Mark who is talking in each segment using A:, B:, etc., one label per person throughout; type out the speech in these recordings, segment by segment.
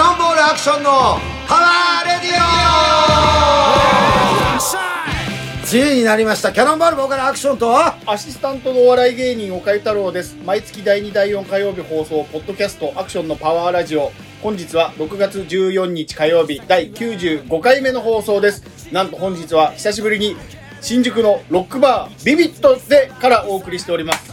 A: ションのパワーレディオ自由になりましたキャノンバールボーカルアクションと
B: アシスタントのお笑い芸人岡井太郎です毎月第2第4火曜日放送ポッドキャストアクションのパワーラジオ本日は6月14日火曜日第95回目の放送ですなんと本日は久しぶりに新宿のロックバービビットでからお送りしております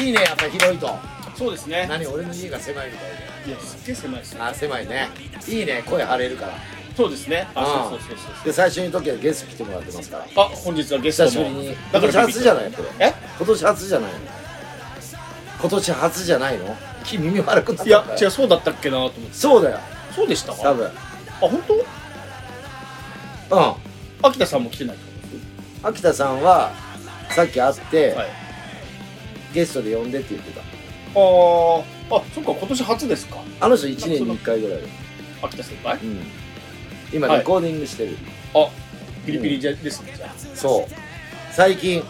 A: いいねやっぱ広いと
B: そうですね
A: 何俺の家が狭いみたいで
B: いやすっげえ狭いですね
A: あ狭いねいいね声張れるから
B: そうですねあ
A: う
B: そ
A: ん
B: うそうそうそう
A: で最初の時はゲスト来てもらってますから
B: あ本日はゲスト
A: 久
B: の
A: しぶりに
B: だ
A: 今
B: か
A: 年
B: らビビ
A: 初
B: ッ
A: じ
B: ト
A: ゃないのこれ
B: え
A: 今年初じゃないの今年初じゃないの君耳悪くなった
B: いや違
A: う
B: うそうだったっけなと思って
A: そうだよ
B: そうでしたか
A: 多
B: あ
A: 分
B: 本
A: うん
B: 当秋田さんも来てないってこ
A: 秋田さんはさっき会って、
B: とはい
A: ゲストで呼んでって言ってた
B: あーあそっか今年初ですか
A: あの人1年に1回ぐらいで、
B: 秋田先輩
A: うん、今
B: はい
A: レコーディングしてる、
B: あピリピリじゃですねじゃあ
A: そう最近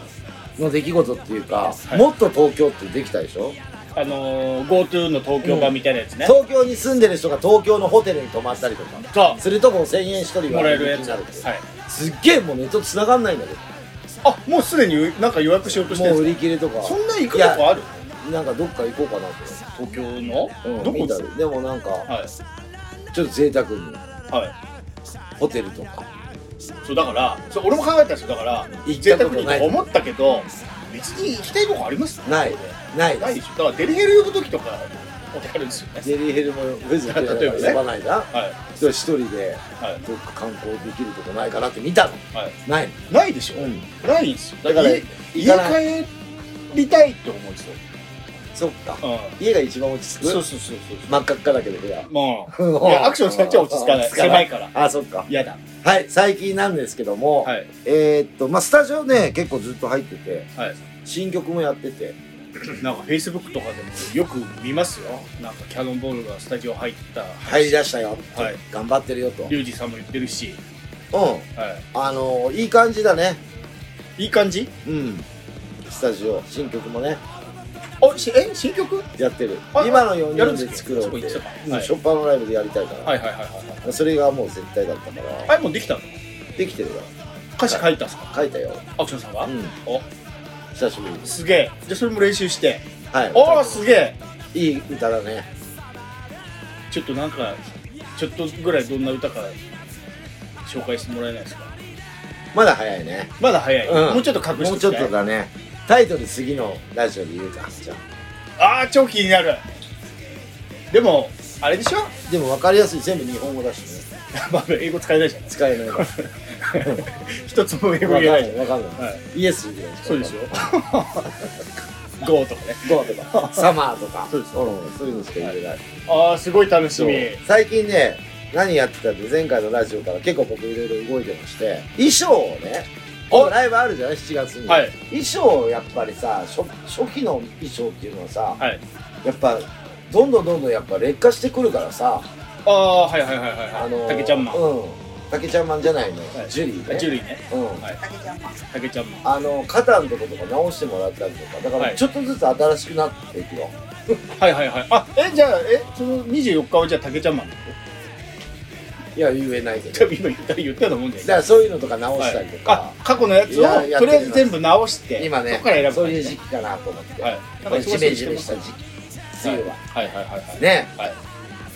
A: の出来事っていうか、
B: はい
A: もっと東京ってできたでしょ、
B: あのー GoTo の東京版みたいなやつね、
A: 東京に住んでる人が東京のホテルに泊まったりとか
B: そ
A: すると5000円一人
B: う
A: が
B: もらえるや
A: に
B: つ
A: なる
B: は
A: って
B: い
A: すっげえもうネット繋がんないんだけ
B: あもうすでになんか予約しようとして
A: どもう
B: るん
A: 売
B: で
A: り切れとか
B: すかそんな行くとこある
A: なんかどっか行こうかなって、
B: 東京の、
A: うん、
B: どこ
A: 見
B: で
A: た
B: す
A: りでもなんか
B: はい
A: ちょっと贅沢に
B: はい
A: ホテルとか
B: そうだからそう俺も考えたんですよだから
A: 行っ
B: 贅
A: た
B: 沢
A: こと
B: に
A: ない
B: と思ったけど別に行きたいとこあります
A: ないないです
B: ないでしょだからデリヘル呼ぶ時とかお手軽ですよね
A: デリヘルも別に
B: 例えばね
A: 呼ばないな、
B: はい
A: 一人で
B: は
A: どっか観光できるとこないかなって見たの
B: いはい
A: ない
B: ないでしょ、
A: の、うん、
B: ないんですよ
A: だ
B: だ
A: か
B: からら
A: 行かな
B: 家帰りたいって思うんですよ、
A: そっか
B: うん、
A: 家が一番落ち着く
B: そうそうそうそう
A: 真っ赤っかだけど部屋
B: まあいやアクションされちゃ落ち着かない狭いから
A: あそっか
B: 嫌だ
A: はい最近なんですけども、
B: はい
A: えー、っとまあスタジオね結構ずっと入ってて
B: はい
A: 新曲もやってて
B: なんかフェイスブックとかでもよく見ますよなんかキャノンボールがスタジオ入った
A: 入り出したよ、
B: はい
A: 頑張ってるよとうん
B: リュウジさんも言ってるし、は
A: あのーいい感じだね
B: い、いい感じ
A: うんスタジオ新曲もね
B: あしえ新曲は
A: やってる
B: あ
A: 今の4
B: やるん
A: 人
B: ですっ
A: で
B: け
A: 作ろうって
B: そこ行ってたはい
A: うん初っ端のライブでやりたいから、
B: いはいはいはい
A: それがもう絶対だったか
B: は
A: ら
B: いもうできたの
A: できてるよ
B: 歌詞書いたんすか
A: 書いたよ
B: アクションさんは、
A: うん
B: お
A: 久しぶりに
B: すげえじゃあそれも練習して
A: はい
B: ああすげえ
A: いい歌だね
B: ちょっとなんかちょっとぐらいどんな歌か紹介してもらえないですか
A: まだ早いね
B: まだ早い、
A: うん
B: もうちょっと隠して
A: もうちょっとだねタイトル次のラジオで言うかじゃあ
B: ああ超気になるでもあれでしょ
A: でも分かりやすい全部日本語だしね
B: まあ英語使えないじゃない
A: 使えない から
B: 一つも英
A: 分
B: 語
A: かん
B: 言え
A: な
B: ないいじゃん
A: 分かんない、
B: はい
A: イエスみたいな
B: そうで しょ GO とかね
A: ドアとか サマーとか
B: そうです
A: ん、そういうのしか言えない、
B: ああすごい楽し
A: そう
B: み
A: 最近ね何やってたって前回のラジオから結構僕いろいろ動いてまして衣装をね
B: お
A: ライブあるじゃない7月に、
B: はい
A: 衣装をやっぱりさ初初期の衣装っていうのはさ、
B: はい
A: やっぱどんどんどんどんやっぱ劣化してくるからさ
B: ああはいはいはいはいはい、
A: あのー
B: 竹ちゃんマン、
A: うん竹ちゃんマンじゃないの、
B: はい
A: ジュリーね
B: あジュリーね
A: うん
B: はい竹ちゃんマン
A: あの肩のとことか直してもらったりとかだか
B: は
A: ら
B: い
A: ちょっとずつ新しくなっていくよ、
B: はいはいはいあえじゃあえその24日はじゃあ竹ちゃんマン なの
A: い、や言えないけど
B: 多分今言った言ったようなもんじゃない
A: だからそういうのとか直したりとか、
B: はいあ過去のやつ
A: いやや
B: を
A: って
B: と
A: みます
B: りあえず全部直して
A: 今
B: そ
A: ね
B: こから選ぶ
A: そういう
B: 感じ
A: 時期かなと思って、
B: はい
A: これジメジメした時期梅雨は、
B: はいはいはいはい
A: ね
B: はい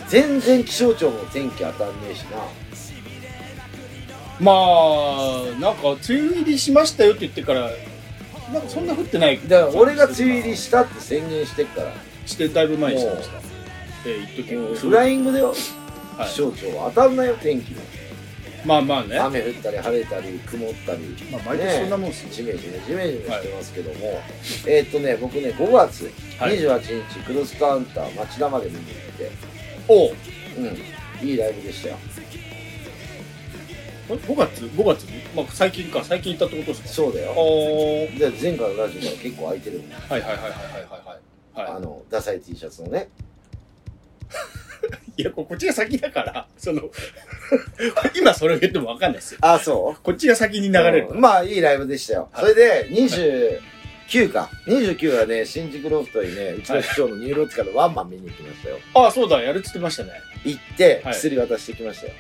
A: 全然気象庁も天気当たんねえしな
B: まあなんか梅雨入りしましたよって言ってからなんかそんな降ってない
A: だから俺が梅雨入りしたって宣言してっから
B: してだいぶ前にしてましたえー、一時
A: もう
B: 結
A: フライングだよ
B: はい
A: 気象庁は当たんないよ天気も
B: まあまあね
A: 雨降ったり晴れたり曇ったり
B: まあ毎年そんなもんっすね
A: ねジメジメジメジメしてますけども、えーっとね僕ね5月
B: はい
A: 28日クロスカウンター町田まで見に行って
B: おう
A: うんいいライブでしたよ
B: 5月5月に、まあ、最近か最近行ったってことですか
A: そうだよ
B: おー
A: で前回のラジオから結構空いてるもん
B: はいはいはいはいはいはい
A: あ
B: は
A: のダサい T シャツのね
B: いいやここっちが先だからその 今それを言っても分かんないですよ
A: あそう
B: こっちが先に流れる
A: うんまあいいライブでしたよ、
B: はい
A: それで20、 9か。29はね、新宿ロフトにね、うちの師匠のニューロティカのワンマン見に行きましたよ。
B: ああ、そうだ、やるっつってましたね。
A: 行って、
B: はい
A: 薬渡してきましたよ。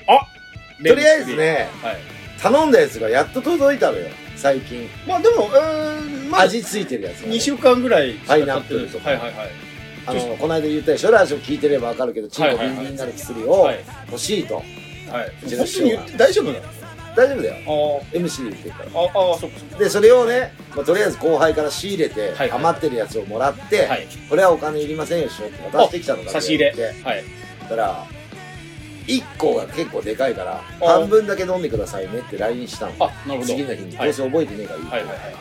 B: レ
A: と
B: ン
A: り
B: ズ
A: あえず。ね、
B: はい。
A: 頼んだやつがやっと届いたのよ、最近。
B: まあでも、うーん、まあ、
A: 味ついてるやつがね、
B: 2週間ぐらいしか
A: パイナッ
B: 経っ
A: プ
B: て
A: ル
B: るんです
A: と
B: よ。
A: か
B: はいはいはい。
A: あの、この間言ったでしょ、ラジオ聞いてればわかるけど、チンコビンビンになる薬を
B: はい。
A: 欲しいと。
B: はい。
A: うちの
B: 本当
A: 師匠
B: に言
A: が
B: って大丈夫なの
A: 大丈夫だよ。
B: あ
A: MC で言ってるから。
B: あ、ああ、そっかそっ
A: で、それをね、まあ、とりあえず後輩から仕入れて、
B: はいはい
A: 余ってるやつをもらって、
B: か。はい。
A: これはお金いりませんよ、師匠って渡してきたのか
B: 差し入れ
A: って言って。
B: はい。
A: だから、1個が結構でかいから、
B: あ
A: 半分だけ飲んでくださいねって LINE したの。
B: あ、なるほど。
A: 次の日に、ど
B: はいう
A: せ覚えてねえから言う
B: はい
A: て
B: はいはい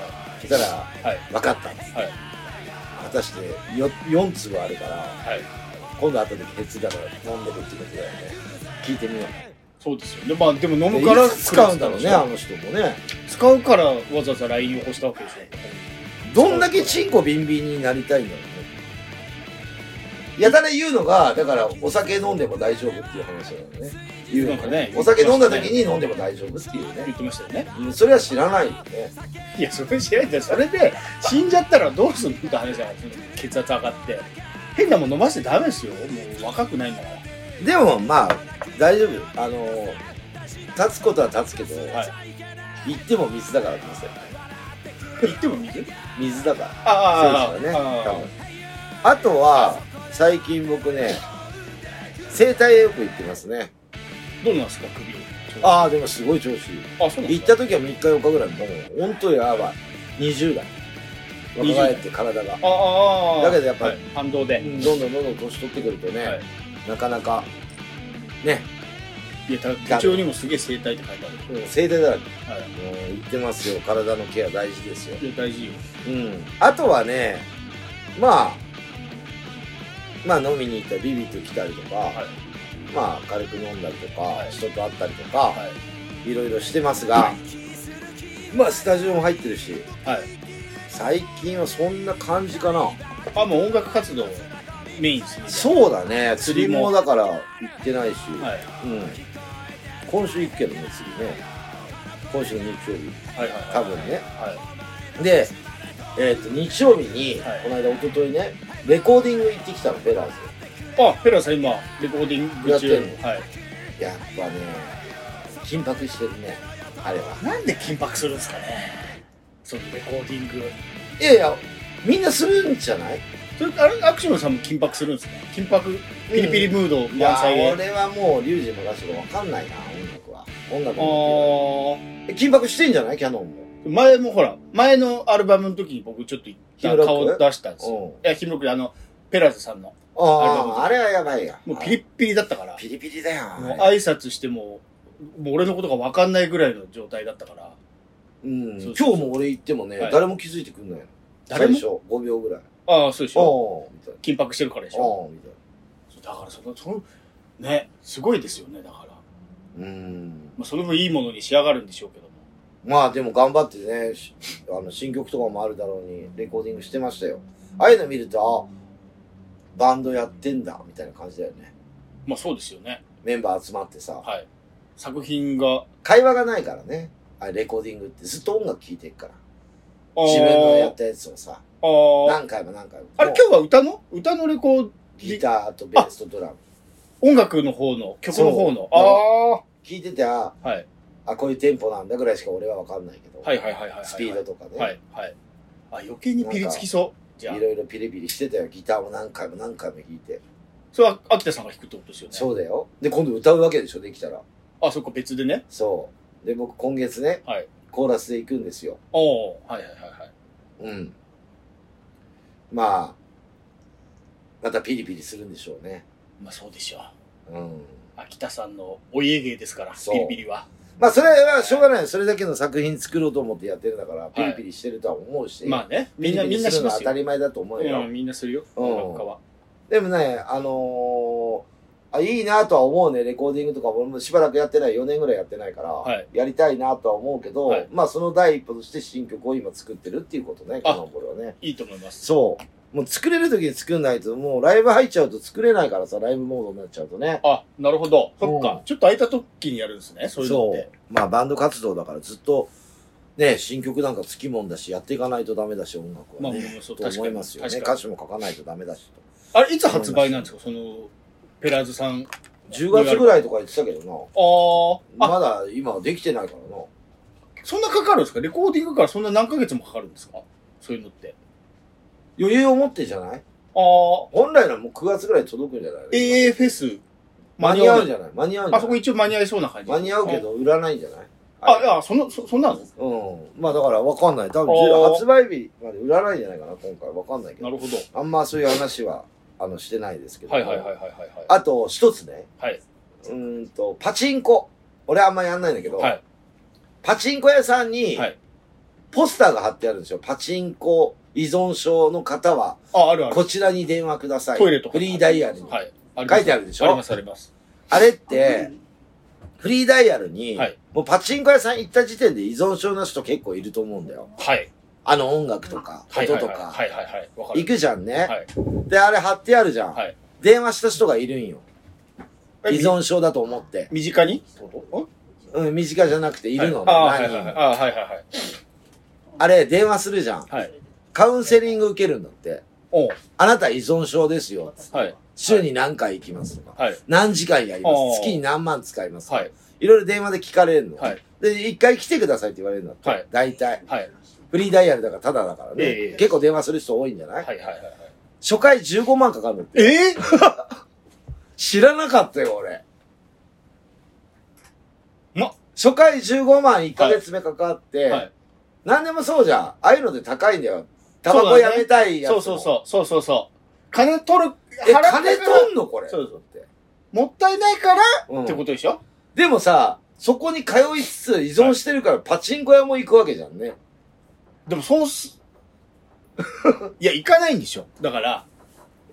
A: そしたら、
B: はい。
A: 分かったんです。
B: はい
A: 果たしてよ4粒あるから、
B: はい。
A: 今度後でケツだから飲んでるってことだよね。聞いてみよう。
B: そうですよね。まあでも飲
A: で
B: むから
A: いつ使うんだろうね、あ
B: 来るん
A: の人
B: で
A: もね。
B: すよ。使うからわざわざ LINE を押したわけですね。
A: どんだけチンコビンビンになりたいんだろうね。やたら言うのが、だからお酒飲んでも大丈夫っていう話だよね。言うの
B: な
A: が
B: んかね
A: ね。お酒飲んだ時に飲んでも大丈夫っていう
B: 言
A: ね。
B: ってましたよね。
A: うんそれは知らないよね。
B: いや、それ知らないんだよ。それで死んじゃったらどうするのって話じゃない血圧上がって。変なもん飲ませてダメですよ。もう若くないんだから。
A: でもまあ、大丈夫よ。あの、立つことは立つけど、
B: はい。
A: 行っても水だからって言ってたよ
B: 言っても水
A: 水だから。
B: あ
A: そう
B: あ、
A: ですよね。
B: あ
A: 多分あとは、最近僕ね、整体へよく行ってますね。
B: あどうなんですか、首。
A: ああ、でもすごい調子いい。
B: あ、そうなんで
A: 行っ
B: すか。
A: た時は3日4日ぐらいもう本当やばい20代
B: 20
A: 若返って体が
B: ああああ。
A: だけどやっぱり
B: はい反動
A: う
B: で。
A: んどんどんどんどん年取ってくるとね、
B: はい
A: なかなかね
B: いや、た手帳にもすげえ整体って書いてある。
A: 整体だらけ
B: はい。
A: もう行ってますよ体のケア大事ですよ
B: いや、大事よ。
A: うんあとはねまあまあ飲みに行ったりビビッと来たりとか、
B: はい。
A: まあ軽く飲んだりとか、
B: はい
A: 人と会ったりとか、、
B: はい
A: ろいろしてますが、まあスタジオも入ってるし
B: い。はい。
A: 最近はそんな感じかな
B: あ、もう音楽活動メインですね。
A: そうだね釣
B: 釣
A: り
B: りも
A: もだから行ってないし、
B: はい。
A: うん、今週行くけどね次ね今週の日曜日
B: はいはいはい。
A: 多分ね
B: は
A: で、えっと日曜日に、
B: はい
A: この間一昨日ねレコーディング行ってきたのベラーズ
B: い。あ、ペラさん今、レコーディング中。
A: やってん
B: はい。
A: やっぱね緊迫してるねあれは
B: なんで緊迫するんですかね。そのレコーディング。
A: いやいやみんなするんじゃない
B: それ、あれ、アクションさんも緊迫するんですか緊迫、ピリピリムード
A: い
B: 満
A: や
B: 載で。あ
A: 俺はもうリュウジもラジオわかんないな音楽は音楽
B: あ
A: の
B: ー。
A: 緊迫してんじゃないキャノンも
B: 前もほら、前のアルバムの時に僕ちょっと
A: ヒムロック
B: 顔出したんですよ。
A: うん
B: いや、ヒムロックであの、ペラズさんの。
A: あああれはやばいや
B: もうピリッピリだったから。
A: ピリピリだよ
B: もう挨拶しても、もう俺のことが分かんないぐらいの状態だったから。
A: うん、
B: そ
A: 今
B: う
A: 日
B: そう
A: も俺行ってもね、
B: はい
A: 誰も気づいてくんないの。
B: 誰も
A: 最初、5秒ぐらい。
B: ああ、そうでしょ。
A: おーみたいな。
B: 緊迫してるからでしょ。
A: おーみたい
B: そうだからその、その、ね、すごいですよね、だから。
A: な。うん。
B: まあ、その分いいものに仕上がるんでしょうけども。
A: まあでも頑張ってね、しあの新曲とかもあるだろうに、レコーディングしてましたよ。ああいうの見ると、あ、バンドやってんだ、みたいな感じだよね。
B: まあそうですよね。
A: メンバー集まってさ、
B: はい。作品が、
A: 会話がないからね。あレコーディングってずっと音楽聴いてるから。
B: あー
A: 自分のやったやつをさ、
B: あー
A: 何回も何回も。
B: あれ今日は歌の歌のレコード、
A: ギターとベースとドラム。
B: 音楽の方の、曲の方の。
A: そう
B: あ
A: 聴いてて、あ、
B: あ。はい。
A: あ、こういうテンポなんだぐらいしか俺はわかんないけど。
B: はいはいはいはいはい。
A: スピードとかね、
B: はいいはい。あ、余計にピリつきそう。じゃあ。
A: ろいろピリピリしてたよギターを何回も何回も弾いて、
B: それは秋田さんが弾くってことですよね。
A: そうだよで今度歌うわけでしょできたら
B: あ、そこ別でね。
A: そうで僕今月ね、
B: はい
A: コーラスで行くんですよ
B: おおはいはいはいはい。
A: うんまあまたピリピリするんでしょうね
B: まあそうでしょう。
A: うん
B: 秋田さんのお家芸ですから、
A: そ
B: ピ
A: う
B: リピリは。
A: まあそれはしょうがないよそれだけの作品作ろうと思ってやってるんだからピリピリしてるとは思うし、
B: まあね、
A: ピ
B: みん
A: リ
B: な、
A: ピ
B: み
A: リ
B: んな
A: す
B: し
A: るの
B: ま
A: は
B: す
A: 当
B: よ
A: た。り前だと思うよ、
B: うん、みんなするよ、
A: うん
B: 音楽家は。
A: でもね、あのーあ、いいなとは思うね、レコーディングとかも、俺もしばらくやってない、4年ぐらいやってないから、
B: はい
A: やりたいなとは思うけど、
B: はい
A: まあその第一歩として新曲を今作ってるっていうことね、こ
B: あ
A: の頃はね。
B: いいと思います。
A: そう。もう作れる時に作んないと、もうライブ入っちゃうと作れないからさ、ライブモードになっちゃうとね。
B: あ、なるほど。そっか
A: う。
B: ちょっと空いた時にやるんですね、そういうのって。
A: まあバンド活動だからずっとね、新曲なんか好きもんだし、やっていかないとダメだし、音楽
B: まあ
A: は、ね。
B: まあそう
A: と
B: 確
A: 思
B: か
A: い
B: に
A: ますよね。
B: 確か
A: 歌
B: に
A: 詞も書かないとダメだしと。
B: あれいつ発売なんですかそのペラーズさん
A: 10月ぐらいとか言ってたけど
B: あー
A: な。ま
B: あ
A: だ今はできてないからな。
B: そんなかかるんですかレコーディングからそんな何ヶ月もかかるんですかそういうのって
A: 余裕を持ってじゃない
B: ああ
A: 本来ならもう9月ぐらいに届くんじゃない
B: AA フェス
A: 間に合うん
B: じ
A: じゃない間に合うんじゃ
B: ゃん
A: ない
B: あそこ一応間に合いそうな感じ
A: 間に合うけど売らないんじゃない
B: ああいやそのそそんなの
A: うん。まあだからわかんない。多分
B: あー
A: 発売日まで売らないんじゃないかな、今回。わかんないけ
B: な
A: ど。
B: るほど
A: あんまそういう話は、あの、してないですけど。
B: はいはいはいはいはいはい
A: あと、一つね。
B: はい。
A: うーんと、パチンコ。俺あんまやんないんだけど、
B: はい
A: パチンコ屋さんに
B: はい、
A: ポスターが貼ってあるんですよ。パチンコ依存症の方は、
B: ああるある
A: こちらに電話ください。
B: トイレとか
A: フリーダイヤルに。
B: はい書
A: 書いてあるでしょ
B: ありますあります
A: あれって、フリーダイヤルに、
B: はい
A: もうパチンコ屋さん行った時点で依存症の人結構いると思うんだよ。
B: はい
A: あの音楽とか、
B: はい
A: 音
B: はい
A: と
B: はいは
A: か。
B: いはいはいわかる
A: 行くじゃんね。
B: はい
A: で、あれ貼ってあるじゃん。
B: はい
A: 電話した人がいるんよ。
B: え
A: 依存症だと思って。
B: 身近にってことん
A: うん、身近じゃなくているのね。
B: あ
A: 何
B: ーはいはいはいあーはいはいはい
A: あれ、電話するじゃん。
B: はい
A: カウンセリング受けるんだって。
B: おう
A: あなた依存症ですよ。
B: はい
A: 週に何回行きますとか。
B: はい
A: 何時間やりま
B: おー
A: す。月に何万使います。
B: はい
A: いろいろ電話で聞かれるの。
B: はい
A: で、一回来てくださいって言われるんだって。
B: はい
A: 大体。
B: はい
A: フリーダイヤルだからタダだからね。
B: ええ
A: 結構電話する人多いんじゃない、
B: はいはいはいはい
A: 初回15万かかるのって。
B: えー
A: 知らなかったよ、俺。
B: ま
A: 初回15万1ヶ月目かかって、
B: はい
A: 何でもそうじゃん。ああいうので高いんだよ。タバコやめたいやつ
B: そ
A: も。
B: うそうそうそうそうそう金取る
A: え、
B: 払ってから
A: 金取んのこれ。
B: そうそう
A: って。
B: もったいないから
A: うん
B: ってことでしょ
A: でもさ、そこに通いつつ依存してるからパチンコ屋も行くわけじゃんね。
B: でもそ うすいや行かないんでしょだから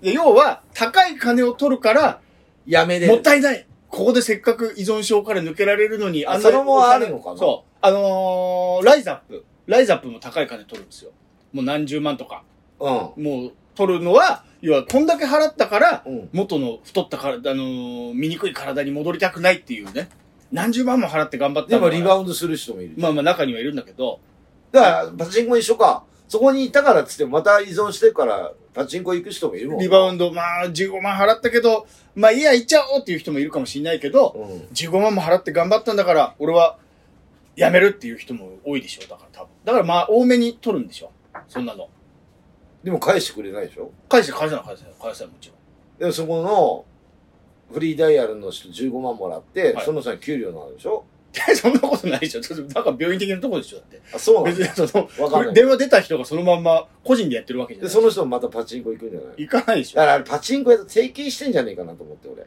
B: いや要は高い金を取るから
A: やめれる。
B: もったいない。ここでせっかく依存症から抜けられるのに、
A: あ
B: んな
A: それもあるのかな
B: そう。あのー、ライザップ。ライザップも高い金取るんですよ。もう何十万とか。もう取るのは、要はこんだけ払ったから、
A: うん。うん。
B: 元の太った体、あのー、醜い体に戻りたくないっていうね。何十万も払って頑張った
A: で
B: んだ
A: も
B: から
A: リバウンドする人もいる。
B: まあまあ中にはいるんだけど、
A: だから、パチンコ一緒か。そこにいたからっつって、また依存してるから、パチンコ行く人もいるもん。
B: リバウンド、まあ15万払ったけど、まあいいや、行っちゃおうっていう人もいるかもしれないけど、
A: うん。
B: 15万も払って頑張ったんだから、俺は、やめるっていう人も多いでしょ、だから多分。だからまあ、多めに取るんでしょ。そんなの。
A: でも返してくれないでしょ
B: 返せ、返せない、返せない、返せない、もちろん。
A: でもそこの、フリーダイヤルの人15万もらって、
B: はい
A: その人は給料なんでしょ
B: えそんなことないでしょ。ちょっとなんか病院的なとこでしょ、だって。
A: あ、そうなん
B: 別
A: だ。
B: にそ
A: わかんな
B: の、
A: い
B: 電話出た人がそのまんま、個人でやってるわけじゃ
A: で、
B: ない。
A: その人もまたパチンコ行くんじゃない
B: 行かないでし
A: だか
B: ょ。
A: らあれパチンコ屋と提携してんじゃねえかなと思って、俺。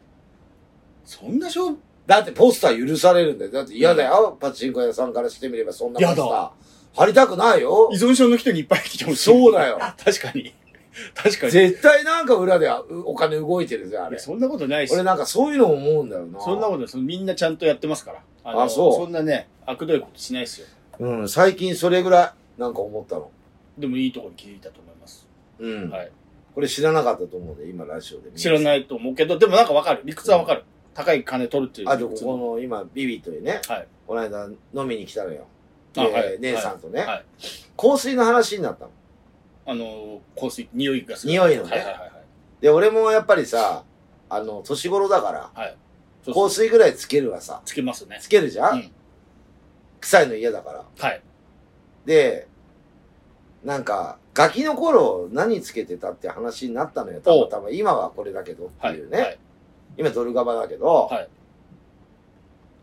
B: そんな勝負
A: だってポスター許されるんだよ。だって嫌だよ、パチンコ屋さんからしてみればそんなポスタ
B: や
A: ー。貼りたくないよ
B: 依。存症の人にいっぱい来てほしい。
A: そうだよ。
B: 確かに。確かに。い
A: 絶対なんか裏ではうお金動いてるぜ、あ
B: や
A: れ。
B: そんなことないし。
A: 俺なんかそういうの思うんだよな。
B: そんなことないそのみんなちゃんとやってますから。あの
A: あそう
B: そんなね、悪どいことしないですよ。
A: うん、最近それぐらい、なんか思ったの。
B: でもいいところに気づいたと思います。
A: うん。
B: はい。
A: これ知らなかったと思うんで、今ラジオで。
B: 知ら
A: い。
B: ないと思うけど、でもなんかわかる。理屈はわかる。高い金取るっていう
A: あ
B: 理
A: と、こ
B: 屈
A: この今、ビビというね、
B: はい。
A: この間飲みに来たのよ。
B: あ
A: で
B: はい
A: 姉さんとね、
B: はい
A: 香水の話になったの。
B: あの、香水、匂いがする。
A: 匂いのね
B: はいはいはいはい。
A: で、俺もやっぱりさ、あの、年頃だから、
B: はい。そうそう
A: 香水ぐらいつけるわさ。
B: つけますね。
A: つけるじゃん、
B: うん
A: 臭いの嫌だから。
B: はい。
A: で、なんか、ガキの頃何つけてたって話になったのよ。たまたま今はこれだけどって
B: はい。
A: いうね。
B: はい。
A: 今ドルガバだけど、
B: はい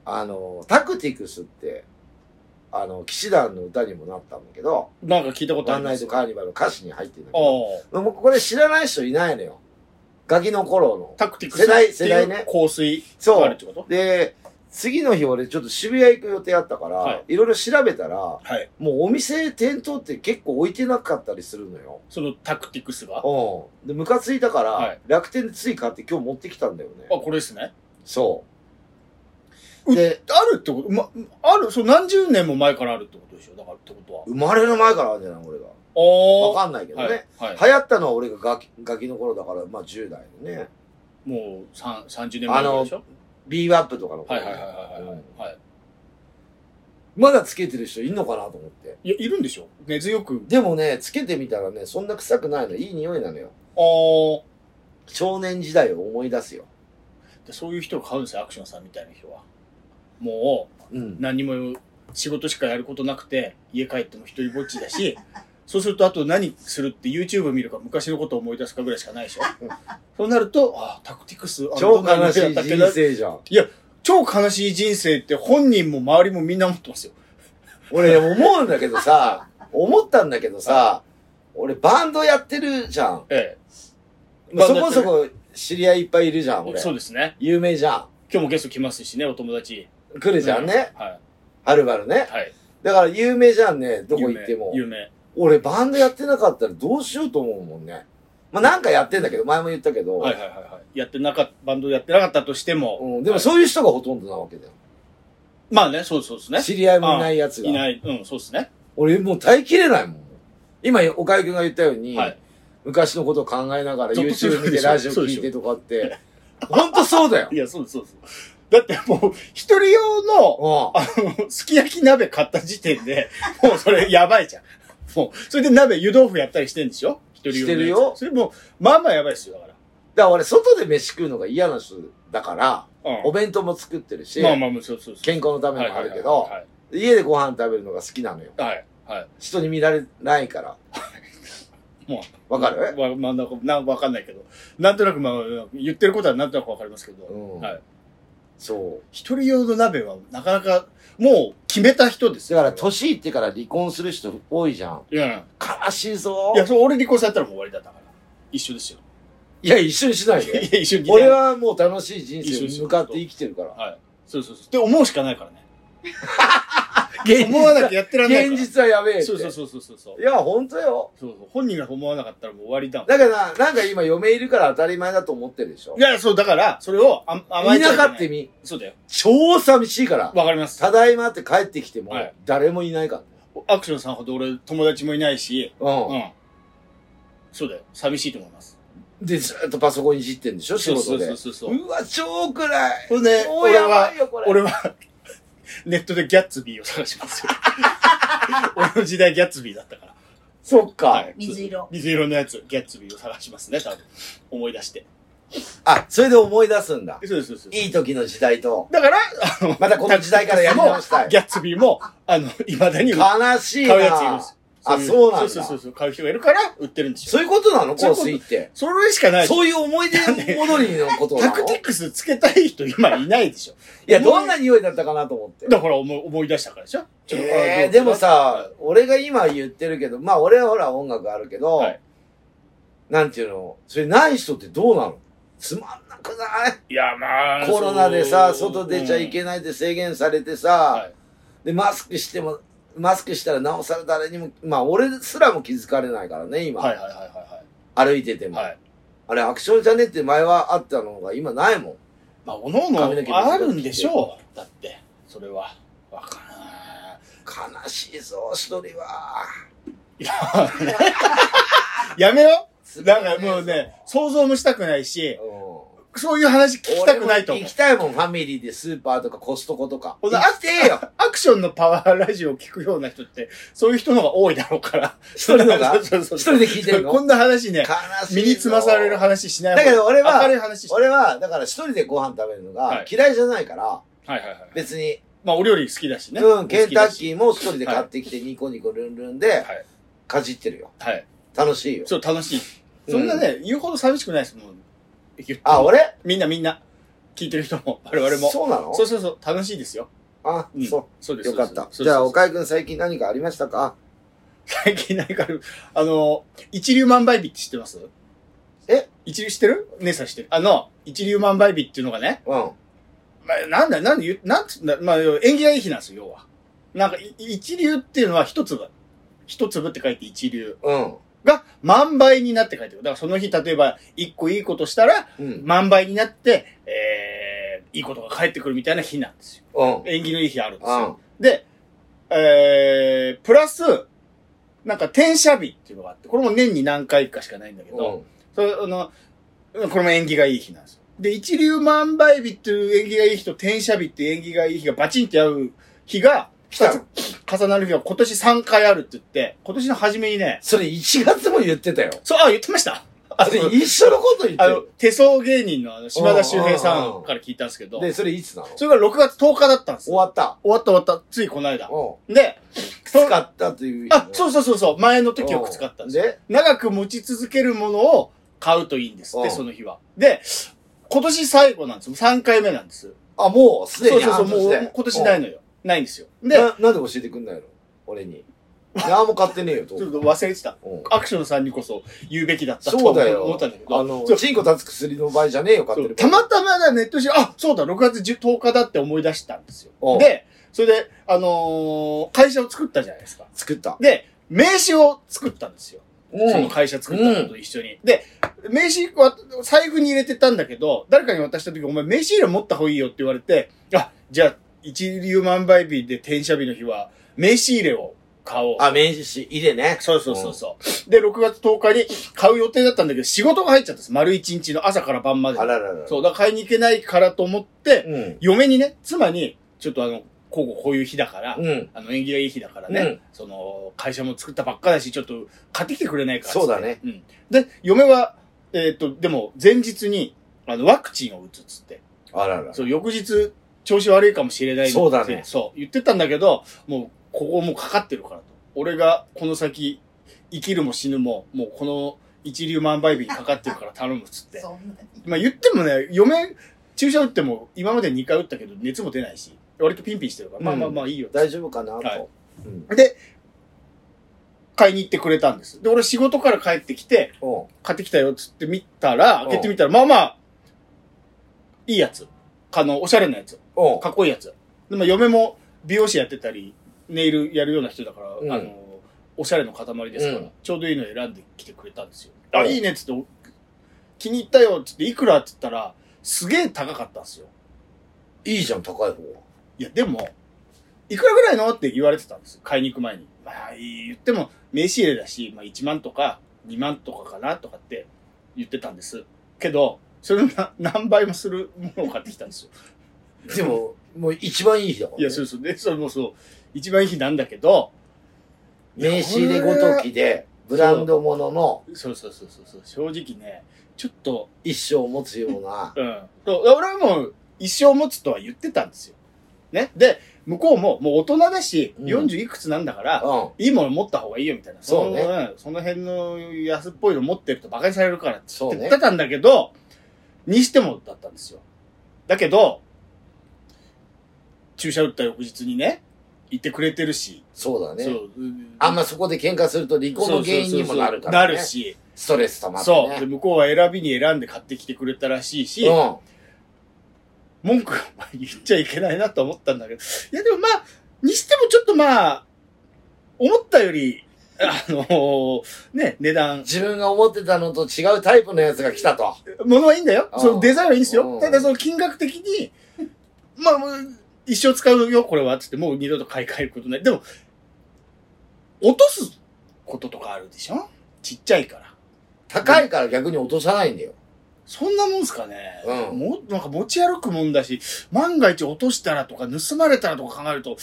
A: あの、タクティクスって、あの、騎士団の歌にもなったんだけど、
B: なんか聞いたこと
A: ワ
B: あ
A: ン
B: り
A: ナ
B: ま
A: イ
B: す
A: ト。カーニバルの歌詞に入ってるんだけど、
B: おー
A: もうこれ知らない人いないのよ。ガキの頃の。
B: タクティク
A: 世代
B: ってい
A: 世
B: う
A: 代ね
B: 香水が
A: そ
B: あるっ
A: う。
B: てこと
A: で、次の日俺ちょっと渋谷行く予定あったから、、
B: はい
A: ろいろ調べたら、も
B: はい。
A: うお店、店頭って結構置いてなかったりするのよ。
B: そのタクティクスが。あ、
A: うん。で、ムカついたから、
B: はい
A: 楽天でつい買って今日持ってきたんだよね。
B: これですね。
A: そう。
B: う
A: で、
B: あるってことま、ある、そう、何十年も前からあるってことでしょだからってことは。
A: 生まれる前からあるんじゃない俺が。
B: おー。
A: わかんないけどね。
B: はい。は
A: 流行ったのは俺がガキガキの頃だから、まあ10代のね。
B: い。もう、さん30年前ぐらいでしょ
A: ビーワップとかの
B: は
A: 頃
B: いはいはいはいはいはい。はい。
A: まだつけてる人いんのかなと思って。
B: いや、いるんでしょ根強く。
A: でもね、つけてみたらね、そんな臭くないの。いい匂いなのよ。
B: あー
A: 少年時代を思い出すよ。
B: でそういう人が買うんですよ、アクションさんみたいな人は。もう、
A: うん。
B: 何も仕事しかやることなくて、家帰っても一人ぼっち だし、そうすると、あと何するって YouTube 見るか昔のことを思い出すかぐらいしかないでしょ
A: うん。
B: そうなると、ああ、タクティクス、あれ
A: 超
B: どんな
A: 悲し
B: だ
A: い
B: ったっけ
A: 人生じゃん。
B: 超悲しい人生って本人も周りもみんな思ってますよ。
A: 俺思うんだけどさ、思ったんだけどさ、俺バンドやってるじゃん。
B: え
A: まあ、
B: バン
A: そ
B: ドや
A: こ
B: って
A: そ
B: る
A: こ知り合いいっぱいいるじゃん、
B: え。
A: 俺。
B: そうですね。
A: 有名じゃ
B: 今日もゲスト来ますしね、お友達。
A: ん。来るじゃんね。
B: は
A: はるばる
B: い。
A: ね。
B: はい。
A: だから有名じゃんね、どこ行っても。
B: 有名。有名
A: 俺バンドやってなかったらどうしようと思うもんね。まあなんかやってんだけど、前も言ったけど。
B: はいはいはいはい。やってなかった、バンドやってなかったとしても。
A: うん、でも
B: はい
A: そういう人がほとんどなわけだよ。
B: まあね、そうそうですね。
A: 知り合いもいないやつが。
B: いない。うん、そうですね。
A: 俺もう耐えきれないもん。今、岡井くんが言ったように、
B: はい
A: 昔のことを考えながら
B: ちょっとする
A: YouTube 見
B: で
A: て
B: しょ
A: ラジオ聞いてとかって、ほんとそうだよ。
B: いや、 そうですそうです。だってもう、一人用の、
A: う
B: あの、すき焼き鍋買った時点で、もうそれやばいじゃん。もう、それで鍋、湯豆腐やったりしてんでしょ一人
A: し
B: 用のやつ
A: てるよ
B: それもう、まあまあやばいですよ、だか
A: ん。だから俺、外で飯食うのが嫌な人だから、
B: ら。うん
A: お。弁当も作ってるし、
B: まあまあまあ、そうそうそう。
A: 健康のため
B: はい
A: もあ
B: は
A: る
B: いは
A: け
B: い
A: ど、
B: はい
A: 家でご飯食べるのが好きなのよ。
B: はい。は
A: 人に見られないから。
B: い。 もう。
A: わかる
B: わ、まあ、なんか、なんわかんないけど。なんとなく、まあ、言ってることはなんとなくわかりますけど。
A: うん
B: はい。
A: そ
B: 一人用の鍋は、なかなか、もう、決めた人で
A: う。
B: す
A: だ
B: よ。
A: から、年いってから離婚する人多いじゃん。
B: いや、
A: 悲しいぞ
B: いや、そう、俺離婚されたらもう終わりだったから。一緒ですよ。
A: いや、一緒にしないで。
B: いや、一緒に。
A: 俺。はもう楽しい人生に向かって生きてるから。
B: はい。そうそうそう。って思うしかないか らね。思わなきゃやってらんないから。
A: 現実はやべえって。
B: そうそうそうそうそうそう。
A: いや、本当よ。
B: そうそう。本人が思わなかったらもう終わりだもん。
A: だから、なんか今嫁いるから当たり前だと思ってるでしょ
B: い。や、そう、だから、それをあ甘え
A: い
B: ちゃ
A: ない
B: けな
A: か
B: い
A: ってみ。
B: そうだよ。
A: 超寂しいから。
B: わかります。
A: ただいまって帰ってきても
B: はい、
A: 誰もいないか
B: アクションさんほど俺友達もいないし、
A: ら。
B: う。
A: うん
B: そうだよ。寂しいと思います。
A: ん。で、ずっとパソコンいじってんでしょ仕
B: そ
A: 事
B: う
A: で
B: そう。そうそう。
A: うわ、超暗い。
B: ほんで、
A: もう
B: 俺
A: や
B: は
A: ばい、よ、これ。
B: 俺 は、ネットでギャッツビーを探しますよ。 俺の時代ギャッツビーだったから。
A: そっか。
B: はい
C: 水色
B: 水色のやつ、ギャッツビーを探しますね、多分。思い出して。
A: あ、それで思い出すんだ。
B: そうです、そうです。
A: いい時の時代と、
B: だから、
A: またこの時代からやり直したい。
B: ギャッツビーも、あの、いまだに買
A: 悲しいう
B: やついるん
A: な
B: で。す
A: あ
B: い
A: そうなんだ
B: そうそうそう、買う人がいるから、売ってるんですよ。
A: そういうことなの
B: そ
A: 香
B: ういうこと
A: 水って。
B: それしかないでしょ
A: そういう思い出戻りのことな
B: タ
A: の
B: クティクスつけたい人今いないでしょ。
A: いや、どんな匂いだったかなと思って。
B: だから思い思い出したからでしょちょっと
A: え
B: あ
A: ー、でもさ、俺が今言ってるけど、まあ俺はほら音楽あるけど、
B: はい
A: なんていうの、それない人ってどうなのつまんなくない
B: いや、まあ。
A: コロナでさ、
B: そう
A: 外出ちゃいけないって制限されて
B: うん
A: さ
B: は、い
A: で、マスクしても、マスクしたらなおさら誰にも、まあ俺すらも気づかれないからね、今。
B: はいはいはいは
A: 歩いてて
B: い
A: も。
B: はい。はい。
A: あれ、アクションじゃねって前はあったのが今ないもん。
B: まあ、おのお
A: 髪の毛
B: のあるんでしょう。だって、それは。わからない。
A: 悲しいぞ、一人は。
B: やめよなんかもうね、想像もしたくないし、
A: うん、
B: そういう話聞きたくないと
A: 俺も
B: 思う
A: 行き。たいもん、ファミリーでスーパーとかコストコとか。
B: ほ
A: 行
B: な
A: きてえよ
B: アクションのパワーラジオを聞くような人って、そういう人の方が多いだろうから。
A: 一人のが
B: そう
A: 一
B: そうそ
A: 人
B: う
A: で聞いてる
B: こ
A: の
B: んな話ね、
A: 悲しい。
B: 身につまされる。話しない
A: だけど俺は
B: 明るい話して。
A: 俺は、だから一人でご飯食べるの
B: は
A: が
B: い
A: 嫌いじゃないから、
B: はいはいはい。
A: 別に、
B: まあ、お料理好きだしね。
A: うん、ケンタ
B: 好きだ
A: ッ
B: し
A: キーも一人で買ってきてニコニコルンルンで
B: はい、
A: かじってるよ。
B: はい。
A: 楽しいよ。
B: そう、楽しい。
A: うん
B: そんなね、言うほど寂しくないですもん。言っても
A: あ、俺
B: みんなみんな、聞いてる人も、我々 も。
A: そうなの
B: そうそうそう、楽しいですよ。
A: あ、
B: うん
A: そ
B: そうで
A: う。
B: す。
A: よかった。
B: そうです
A: じゃあ、
B: そうです
A: 岡井くん最近何かありましたか
B: 最近何かある、あの、一粒万倍日って知ってます
A: え
B: 一流知ってる姉さん知ってる。あの、一粒万倍日っていうのがね、
A: うん。まあ
B: なんだ、なんで言う、なんつうんだ、まあ、縁起がいい日なんですよ、要は。なんか、い一流っていうのは一粒。一粒って書いて一流
A: うん。
B: が万倍になって書いてる。だからその日、例えば、一個いいことしたら、
A: うん。
B: 万倍になって、えー、いいことが返ってくるみたいな日なんですよ。
A: うん。うん。
B: 縁起のいい日あるんですよ。
A: あ
B: で、えー、プラス、なんか転写日っていうのがあって、これも年に何回かしかないんだけど、それあの、これも縁起がいい日なんですよ。で、一流万倍日っていう縁起がいい日と転写日っていう縁起がいい日がバチンって合う日が、
A: 来たの。
B: 重なる日は今年3回あるって言って、今年の初めにね、
A: それ1月も言ってたよ。
B: そう、あ、言ってました あ
A: それ一緒のこと言って
B: あの
A: る。、
B: 手相芸人のあの島田秀平さんから聞いたんですけど、
A: で、それいつなの
B: それが6月10日だったんです
A: 終
B: よ。
A: わった。
B: 終わった終わった、ついこの間。
A: うん。
B: で、
A: 使ったという。。
B: あ、そううそうそうそう、前の時を使ったんですよ。
A: で、
B: 長く持ち続けるものを買うといいんですって、
A: うん
B: その日は。で、今年最後なんですよ。3回目なんです。
A: あ、もうすで
B: そう
A: に
B: そうそう、もうもう今年ない
A: の。
B: のよ。ないんですよ。
A: うん
B: で、
A: ななんで教えてくんないの俺に。何も買ってねえよ、と
B: ちょっと忘れてた。
A: うん
B: アクションさんにこそ言うべきだったと
A: そうだよ。
B: 思ったんだけど。
A: あの
B: そ、う
A: チンコ立つ薬の場合じゃねえよ、買ってる。
B: たまたまだネットで、あ、そうだ、6月10 10日だって思い出したんです
A: う
B: よ。
A: ん
B: で、それで、あのー会社を作ったじゃないですか。
A: 作った。
B: で、名刺を作ったんですよ。
A: う
B: その会社作ったのと一緒に。で、名刺一個は、財布に入れてたんだけど、誰かに渡した時、お前名刺入れ持った方がいいよって言われて、あ、じゃあ、一粒万倍日で転写日の日は、名刺入れを買おう。
A: あ、明治市、入れね。
B: そうそうそうそう。で、6月10日に買う予定だったんだけど、仕事が入っちゃったんです。丸一日の朝から晩まで
A: あ。らららら。
B: そう、だから買いに行けないからと思って、
A: うん。
B: 嫁にね、妻に、ちょっとあの、こうこうこういう日だから、
A: うん。
B: あの、縁起がいい日だからね、
A: うん
B: その、会社も作ったばっかだし、ちょっと買ってきてくれないから
A: そうだね。
B: つってうん。で、嫁は、えーっと、でも、前日に、あの、ワクチンを打つっつって、
A: あららら。
B: そう、翌日、調子悪いかもしれないって
A: そうだね
B: そう、言ってたんだけど、もう、ここもうかかってるからと。俺が、この先、生きるも死ぬも、もうこの、一粒万倍日にかかっ てるから頼むっつって。
C: そんなに。
B: まあ言ってもね、嫁、注射打っても、今まで2回打ったけど、熱も出ないし、割とピンピンしてるから、まあまあまあいいよ。
A: 大丈夫かな、
B: はい
A: と。うん。
B: で、買いに行ってくれたんです。で、俺仕事から帰ってきて、
A: お
B: 買ってきたよっつって見たら、
A: うん
B: 開けてみたら、まあまあ、いいやつ。あの、おしゃれなやつ。
A: お
B: かっこいいやつ。でも嫁も美容師やってたり、ネイルやるような人だから、
A: うん
B: あの、おしゃれの塊ですから、
A: うん
B: ちょうどいいの選んできてくれたんですよ。
A: う
B: あ、
A: ん
B: いいねっつって、気に入ったよっつって、いくらっつったら、すげえ高かったんですよ。
A: いいじゃん、高い方が。
B: いや、でも、いくらぐらいのって言われてたんですよ。買いに行く前に。まあ、言っても、名刺入れだし、まあ1万とか2万とかかなとかって言ってたんです。けど、それのな何倍もするものを買ってきたんですよ。
A: でも、もう一番いい日だから、
B: い
A: ね
B: や、。そうそう。で、それもそう、一番いい日なんだけど、
A: 名刺入れごときで、ブランドものの
B: そうそうそうそうそう、正直ね、ちょっと、
A: 一生を持つような。
B: うん。そう俺はもう一生持つとは言ってたんですよ。ね。で、向こうも、もう大人だし、
A: うん
B: 40いくつなんだから、
A: うん。
B: いいもの持った方がいいよみたいな。
A: そうね
B: その,、その辺の安っぽいの持ってると馬鹿にされるからって
A: そうね
B: 言ってたんだけど、にしてもだったんですよ。だけど、注射打った翌日にね、行ってくれてるし、
A: そうだね。
B: そううん
A: あんまそこで喧嘩すると離婚の原因にもなるから、ね。
B: なる。し、
A: ストレス溜まってね。
B: そう。で、向こうは選びに選んで買ってきてくれたらしいし、
A: うん。
B: 文句を言っちゃいけないなと思ったんだけど、いやでもまあ、にしてもちょっとまあ、思ったより、あのね、値段
A: 自分が思ってたのと違うタイプのやつが来たと。
B: ものはいいんだよ。
A: うん
B: そのデザインはいいんです
A: う
B: よ。
A: ん
B: ただその金額的に、まあもう一生使うよ、これは。つって、もう二度と買い替えることない。でも、落とすこととかあるでしょちっちゃいから。
A: 高いから逆に落とさないんだよ。
B: そんなもんすかね、
A: うん
B: もなんか持ち歩くもんだし、万が一落としたらとか、盗まれたらとか考えると、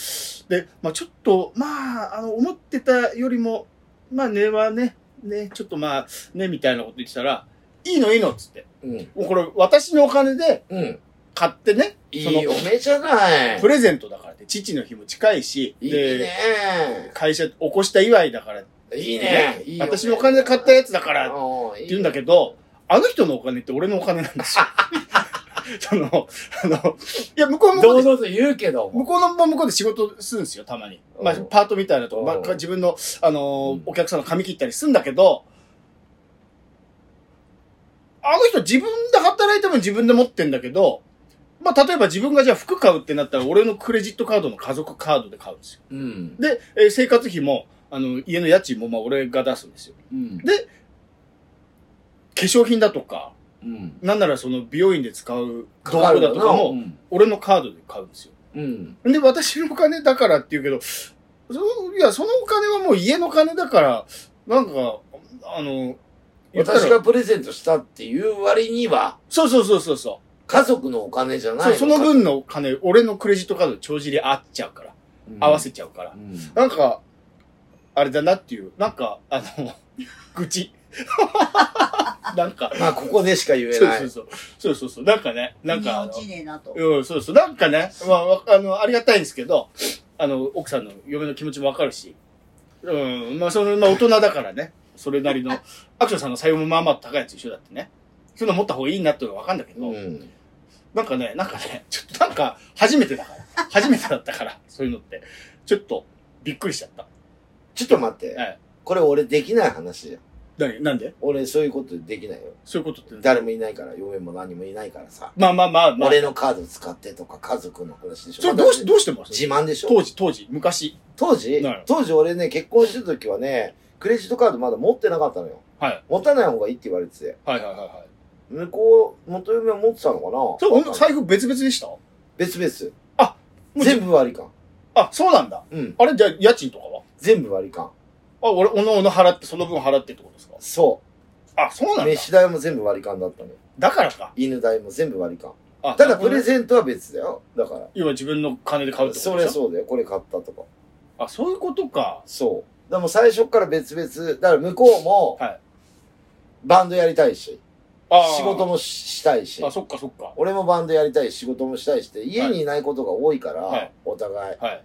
B: で、まあちょっと、まあ、あの、思ってたよりも、まあ値はね、ね、ちょっとまあ、ね、みたいなこと言ってたら、いいのいいのっつって。
A: うん。
B: もうこれ、私のお金で、
A: うん。
B: 買ってね、
A: い
B: その
A: い嫁じゃない
B: プ。レゼントだからって、父の日も近いし、
A: いい
B: で、
A: ね。
B: 会社起こした祝いだから、
A: いいね。いいよ
B: 私のお金で買ったやつだからって
A: うんいい
B: 言うんだけど、あの人のお金って俺のお金なんで すよ。その、あの、いや、向こうは向こ
A: 堂
B: うで、
A: 々と言うけども。
B: 向こうのも向こうで仕事するんですよ、たまに。まあ、
A: うん
B: パートみたいなとこ、まあ
A: うん、
B: 自分の、あのー
A: うん
B: お客さんの髪切ったりするんだけど、あの人自分で働いても自分で持ってんだけど、まあ、例えば自分がじゃあ服買うってなったら、俺のクレジットカードの家族カードで買うんですよ。
A: うん。
B: で、えー生活費も、あの、家の家賃も、まあ、俺が出すんですよ。
A: うん。
B: 化粧品だとか、
A: うん。
B: なんならその、美容院で使う道具だとか
A: う
B: も、
A: ん
B: 俺のカードで買うんですよ。
A: うん。
B: で、私のお金だからって言うけど、そいや、そのお金はもう家の金だから、なんか、あの、言ったら
A: 私がプレゼントしたっていう割には、
B: そうそうそうそうそう
A: 家族のお金じゃない
B: そう。その
A: か
B: 分の金、俺のクレジットカード帳尻合っちゃうから。合わせちゃうから
A: う。ん。
B: なんか、あれだなっていう。なんか、あの、 愚痴。なんか、
A: まあ、ここでしか言え
B: そう
A: な
B: そう
A: い。
B: そう。そうそうそう。なんかね、なんか、あの
C: 落、ちねえなと。
B: うん、そうそう。なんかね、まあわ、あの、ありがたいんですけど、あの、奥さんの嫁の気持ちもわかるし、うん、まあ、その、まあ、大人だからね、それな りの、アクションさんの採用もまあまあ高いやつ一緒だってね、そういうの持った方がいいなっていうのはわかんだけど、
A: うん。
B: なんかね、なんかね、ちょっとなんか、初めてだから、初めてだったから、そういうのって、ちょっと、びっくりしちゃった。
A: ちょっと待って。
B: はい
A: これ俺できない話じゃん。
B: 何なんで
A: 俺そういうことできないよ。
B: そういうことって
A: 誰もいないから、嫁も何もいないからさ。
B: まあまあまあまあ。
A: 俺のカード使ってとか家族の話でしょ。
B: それどうし、どうしてます
A: 自慢でしょ
B: 当時、当時、昔。
A: 当時
B: はい
A: 当時俺ね、結婚してた時はね、クレジットカードまだ持ってなかったのよ。
B: はい。
A: 持たない方がいいって言われてて。
B: はいはいはいはい。
A: 向こう、元嫁は持ってたのかな
B: そう
A: わかん
B: お前、
A: ない
B: 財布別々でした
A: 別
B: あ
A: 々。
B: もう
A: 全部割り勘。
B: あ、そうなんだ。
A: うん。
B: あれ、じゃあ、家賃とかは
A: 全部割り勘。
B: あ、俺、おのおの払って、その分払ってってことですか
A: そ
B: あ、そう
A: う。
B: なんだ。
A: 飯代も全部割り勘だったのよ。
B: だからか。
A: 犬代も全部割り勘。
B: あ、
A: ただプレ
B: ン
A: ゼントは別だよ。だから。
B: 今自分の金で買うってこと
A: そ
B: でし
A: れ
B: ょ
A: そうだよ。これ買ったとか。
B: あ、そういうことか。
A: そう。でも最初から別々。だから向こうも
B: はい、
A: バンドやりたいし、
B: あー
A: 仕事もししたいし
B: あ、、そっかそっか。
A: 俺もバンドやりたいし、仕事もしたいしって、家にいないことが多いから、
B: はい
A: お互い。
B: はい。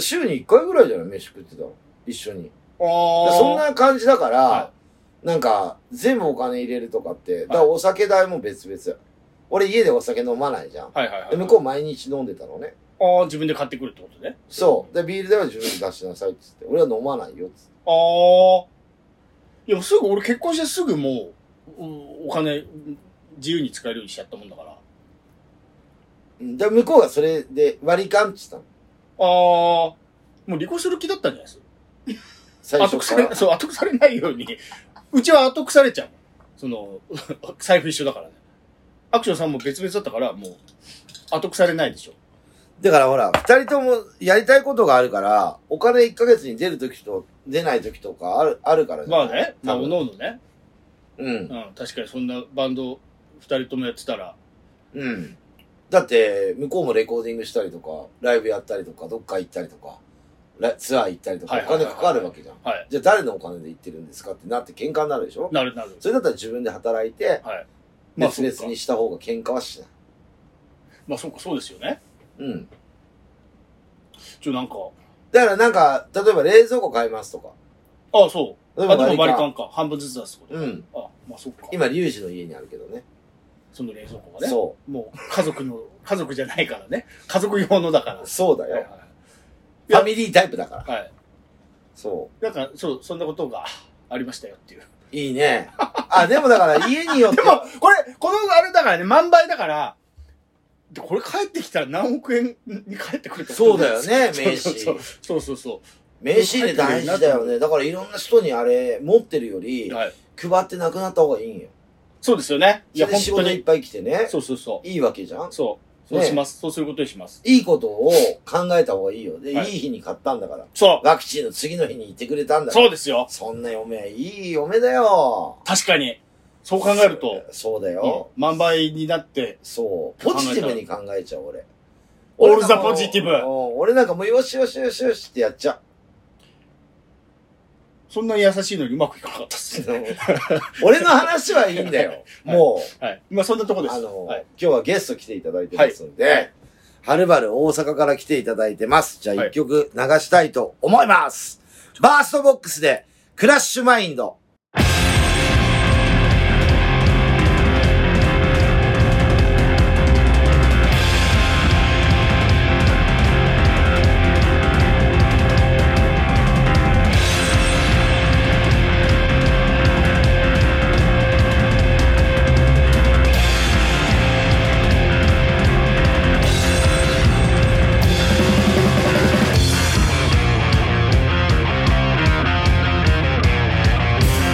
A: 週に1回ぐらいじゃない飯食ってたの。一緒に。
B: あー
A: そん、な感じだから、
B: は
A: なんか、全部お金入れるとかって、だからお酒代も別々。俺家でお酒飲まないじゃん。
B: はいはいはい。
A: で向こう毎日飲んでたのね。
B: ああ、自分で買ってくるってことね。
A: そう。で、ビール代は自分で出しなさいって言って、俺は飲まないよって言って。
B: ああ。いや、すぐ、俺結婚してすぐもう、おお金、自由に使えるようにしちゃったもんだから。
A: うんで、向こうがそれで割り勘って言ったの。
B: ああ、もう離婚する気だったんじゃないですか。
A: 最
B: 後
A: 初
B: 腐
A: から
B: れ、。そう、後腐れないように。うちは後腐れちゃうもん。その、 財布一緒だからね。アクションさんも別々だったから、もう、後腐れないでしょ。
A: だからほら、二人ともやりたいことがあるから、お金1ヶ月に出るときと出ないときとかある、あるからじゃ
B: ま
A: な
B: あ
A: い
B: ね、まあ、
A: 多
B: お
A: 分
B: のおのね。
A: うん
B: う。ん、確かにそんなバンド、二人ともやってたら、
A: うん。だって、向こうもレコーディングしたりとか、ライブやったりとか、どっか行ったりとか、ラツアー行ったりとか、
B: はい
A: お
B: はいはい
A: 金かかるわけじゃん。
B: はい。
A: じゃあ誰のお金で行ってるんですかってなって喧嘩になるでしょ
B: なるなる。
A: それだったら自分で働いて、
B: はい。まあ、
A: 別
B: そう
A: 々
B: か。
A: にした方が喧嘩はしない。
B: まあ、そうか、そうですよね。
A: うん。
B: ちょ、なんか、
A: だからなんか、例えば冷蔵庫買いますとか。
B: ああ、そう。
A: で
B: あ、でも割り勘か。半分ずつ出すこと。
A: うん。
B: あ、まあそっか。
A: 今、リュウジの家にあるけどね。
B: その冷蔵庫がね。
A: そ
B: もう家族の、家族じゃないからね。家族用のだから
A: う。。そうだ
B: はい
A: よ。
B: い
A: フ
B: や
A: ァミリータイプだから。
B: はい。はい。
A: そ
B: なんか、そう、そんなことがありましたよっていう。
A: う。いいね。あ、でもだから家によって
B: でも、これ、このあれだからね、万倍だから、で、これ帰ってきたら何億円に帰ってくるってこと
A: そうだよね
B: そう そうそう
A: 名
B: そうそうそ
A: 名刺入れ大事だよね。だからいろんな人にあれ持ってるより
B: う。、はい。
A: 配ってなくなった方がいいんよ。
B: そうですよね。い
A: それ
B: や、
A: で
B: 本
A: 仕
B: 当
A: 事いっ
B: に。
A: ぱい来てね。
B: そうそうそ
A: いいわけじゃん
B: う。。そう。そう
A: ね
B: します。そうすることにします。
A: いいことを考えた方がいいよ。で、
B: はい
A: いい日に買ったんだから。
B: そ
A: ワクチンの次の日に行ってくれたん
B: う。
A: だから。
B: そうですよ。
A: そんな嫁はいい嫁だよ。
B: 確かに。そう考えると。
A: そうだ
B: うん
A: よ。
B: 万倍になって、
A: そう。ポジティブに考えちゃう、俺。
B: オールザポジティブ
A: 俺なんかもううん俺なんかもうよしよしよしよしってやっち ゃ
B: そんなに優しいのにうまくいかなかったっす
A: う
B: ね。。
A: 俺の話はいいんだよ。
B: はい
A: も
B: はい。まあそんなとこ
A: う、
B: です。
A: あの、
B: はい。
A: 今日はゲスト来ていただいてますんで、
B: は
A: はいるはるばる大阪から来ていただいてます。じゃあ
B: はい
A: 一曲流したいと思います。バーストボックスで、クラッシュマインド。
D: 「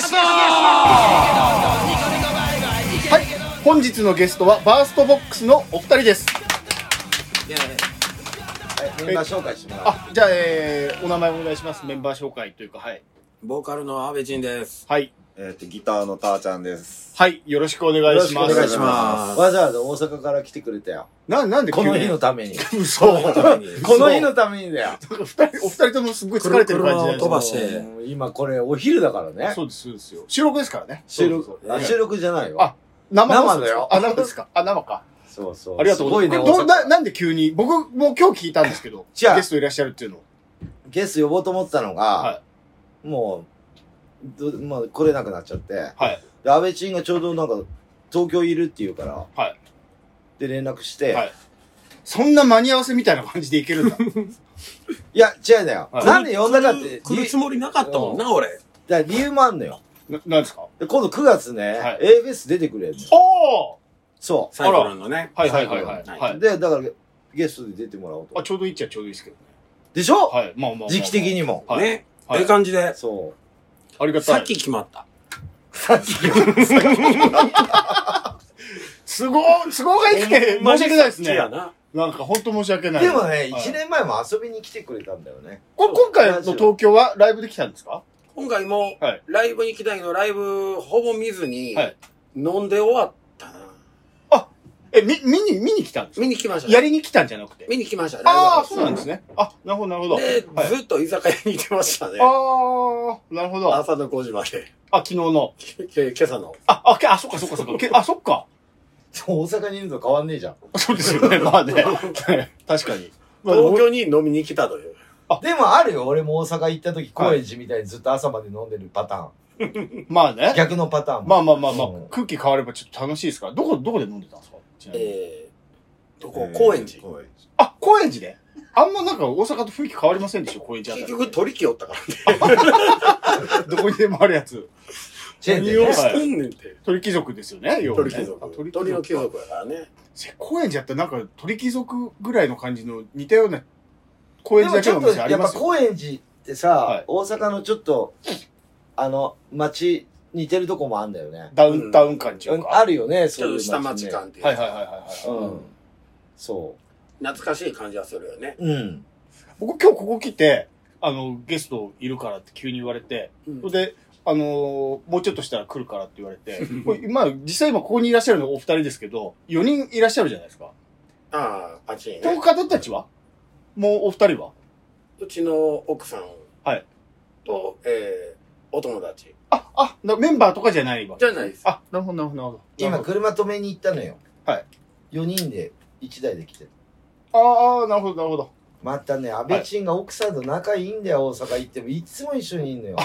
B: ストはい本日のゲストはバーストボックスのお二人です
A: やいやはいメンバー紹介してもらう
B: あじゃあ、えーお名前お願いしますメンバー紹介というかはい
C: ボーカルの安倍仁です。
B: はい
D: えっと、ギターのたーちゃんです。
B: はいよろしくお願いします
A: よろしくお願いし
C: ます
A: わざわざ大阪から来てくれたよ
B: ななんで急
A: こ
B: に
A: の日のために
B: 嘘お
A: この日のためにだよ
B: 二人ともすっごい疲れてる感じ
C: 車を飛ば
B: し
C: して、
A: うん今これお昼だからね
B: そうですそうですよ収録ですからね
A: 収
B: そう
A: 録
B: そうそう
A: あ収録じゃない
B: あ
A: わ
B: 生放送
A: 生だよ
B: あ生ですかあ生か
A: そうそう
B: ありがとう
A: す
B: ご
A: ご
B: ざ
A: い
B: いま
A: ね
B: す。
A: 大
B: ど
A: 阪
B: ななんで急に、僕もう今日聞いたんですけど、
A: じゃあ
B: ゲストいらっしゃるっていうの。
A: ゲスト呼ぼうと思ってたのが、
B: は
A: もう、どまあ、来れなくなっちゃって、
B: はい
A: で、安倍晋がちょうどなんか、東京いるっていうから、
B: はい
A: で、連絡して、
B: はいそんな間に合わせみたいな感じでいけるんだ。
A: い、や、違うんだよ、
B: はい
A: なんで呼んだかって、
C: 来る
A: 理
C: つもりなかったもんな、俺。
A: だから理由もあんのよ。
B: ななんですか
A: で今度9月ね、
B: はい
A: A フェス出てくれるのよ
B: お
A: そ
C: サイクロンのね。
B: はいはいはいはい。
C: はい
B: は
A: う。
B: い、
A: で、だから、ゲストで出てもらおう
B: あ
A: と。
B: ちょうどいいっちゃちょうどいいですけどね。
A: でしょ、
B: はい。まあまあまあ
A: 時期的。にも。
B: はい。
C: ね。
B: はい
C: ええ感じで。
A: そ
B: ありがた
C: さ
B: い
C: っ。き決まった。
B: すごい、すごがい ね。申し訳ないです
C: そう
B: ね。
C: やな。
B: なんか本当申し訳
A: う。
B: ない。
A: でもね、
B: はい
A: 1年前も遊びに来てくれたんだよね。
B: こ今回の東京はライブできたんですか
C: 今回も
B: はい、
C: ライブに来たけど、ライブほぼ見ずに
B: はい、
C: 飲んで終わったな。
B: え、み、見に、見に来たんです
C: 見に来ました
B: や
C: ね。
B: りに来たんじゃなくて。
C: 見に来ましたね。
B: ああ、そうなんです
C: ね。
B: ね。あ、なるほど、なるほど。
C: で、
B: はい
C: ずっと居酒屋にいてましたね。
B: ああ、なるほど。あ、
C: 朝の5時まで。
B: 昨日の。
C: け今朝の。
B: あ、あ、けあ、そっかそっかそっか。けあ、そっか。
A: 大阪にいると変わんねえじゃん。
B: そうです よね。まあね。確かに。まあ、
C: 東京に飲みに来たという。
A: でもあるよ、俺も大阪行った時、高円寺みたいにずっと朝まで飲んでるパターン。
B: まあね。
A: 逆のパターンも。
B: まあまあまあまあ
A: うん、
B: 空気変わればちょっと楽しいですから。どこ、どこで飲んでたんですかちなみに
C: えー、どこ高円寺。
D: 高円
B: あ、高円寺であんまなんか大阪と雰囲気変わりませんでしょ高円寺あ
C: 結
B: たり。
C: 局取り木おったから。
B: どこにでもあるやつ。
A: チェーン店ね
B: 何を
C: どうしてんねんって。
B: 鳥貴族ですよね、要は
C: 鳥
B: ね
C: 貴
B: あ
C: 族。
B: 鳥
C: 鳥の
B: 貴
C: 貴
B: 族。
C: 族やからね。
B: せ高円寺やったらなんか鳥貴族ぐらいの感じの似たような高
A: で
B: 円寺
A: も
B: だ
A: ち
B: け
A: ょ
B: の
A: っと、
B: 店あり
A: やっ
B: ま
A: ぱ
B: すよ。
A: 高円寺って
B: はい
A: さ、大阪のちょっと、あの、街、似てるとこもあんだよね。
B: ダウンタウン感っていうか。
A: あるよね、
C: ち
A: そう
C: ょっ
A: いう
C: と
A: 街ね
C: 下町感っていうか。
B: はいはいはいはいはい。
A: うん。そ
C: 懐かしい感じはするよね。
A: う。うん。
B: 僕今日ここ来て、あの、ゲストいるからって急に言われて、それで、あのーもうちょっとしたら来るからって言わ れて、これまあ、実際今ここにいらっしゃるのお二人ですけど、4人いらっしゃるじゃないですか。
C: ああ、あっちに
B: この
C: ね。
B: 方たちはもうお二人は
C: うちの奥さん。
B: はい
C: と、えー、お友達。
B: あ、あ、なメンバーとかじゃないわ
C: じ
B: け。
C: ゃないです。
B: あ、なるほど、なるほど、なるほど。な
A: 今、
B: るほ
A: 車止めに行ったのよ。
B: はい。
A: 4人で、1台で来てる。
B: どあーあー、なるほど、なるほど。
A: またね、安倍晋が奥さんと仲いいんだよ、大阪行っても。いつも一緒にいんのよ。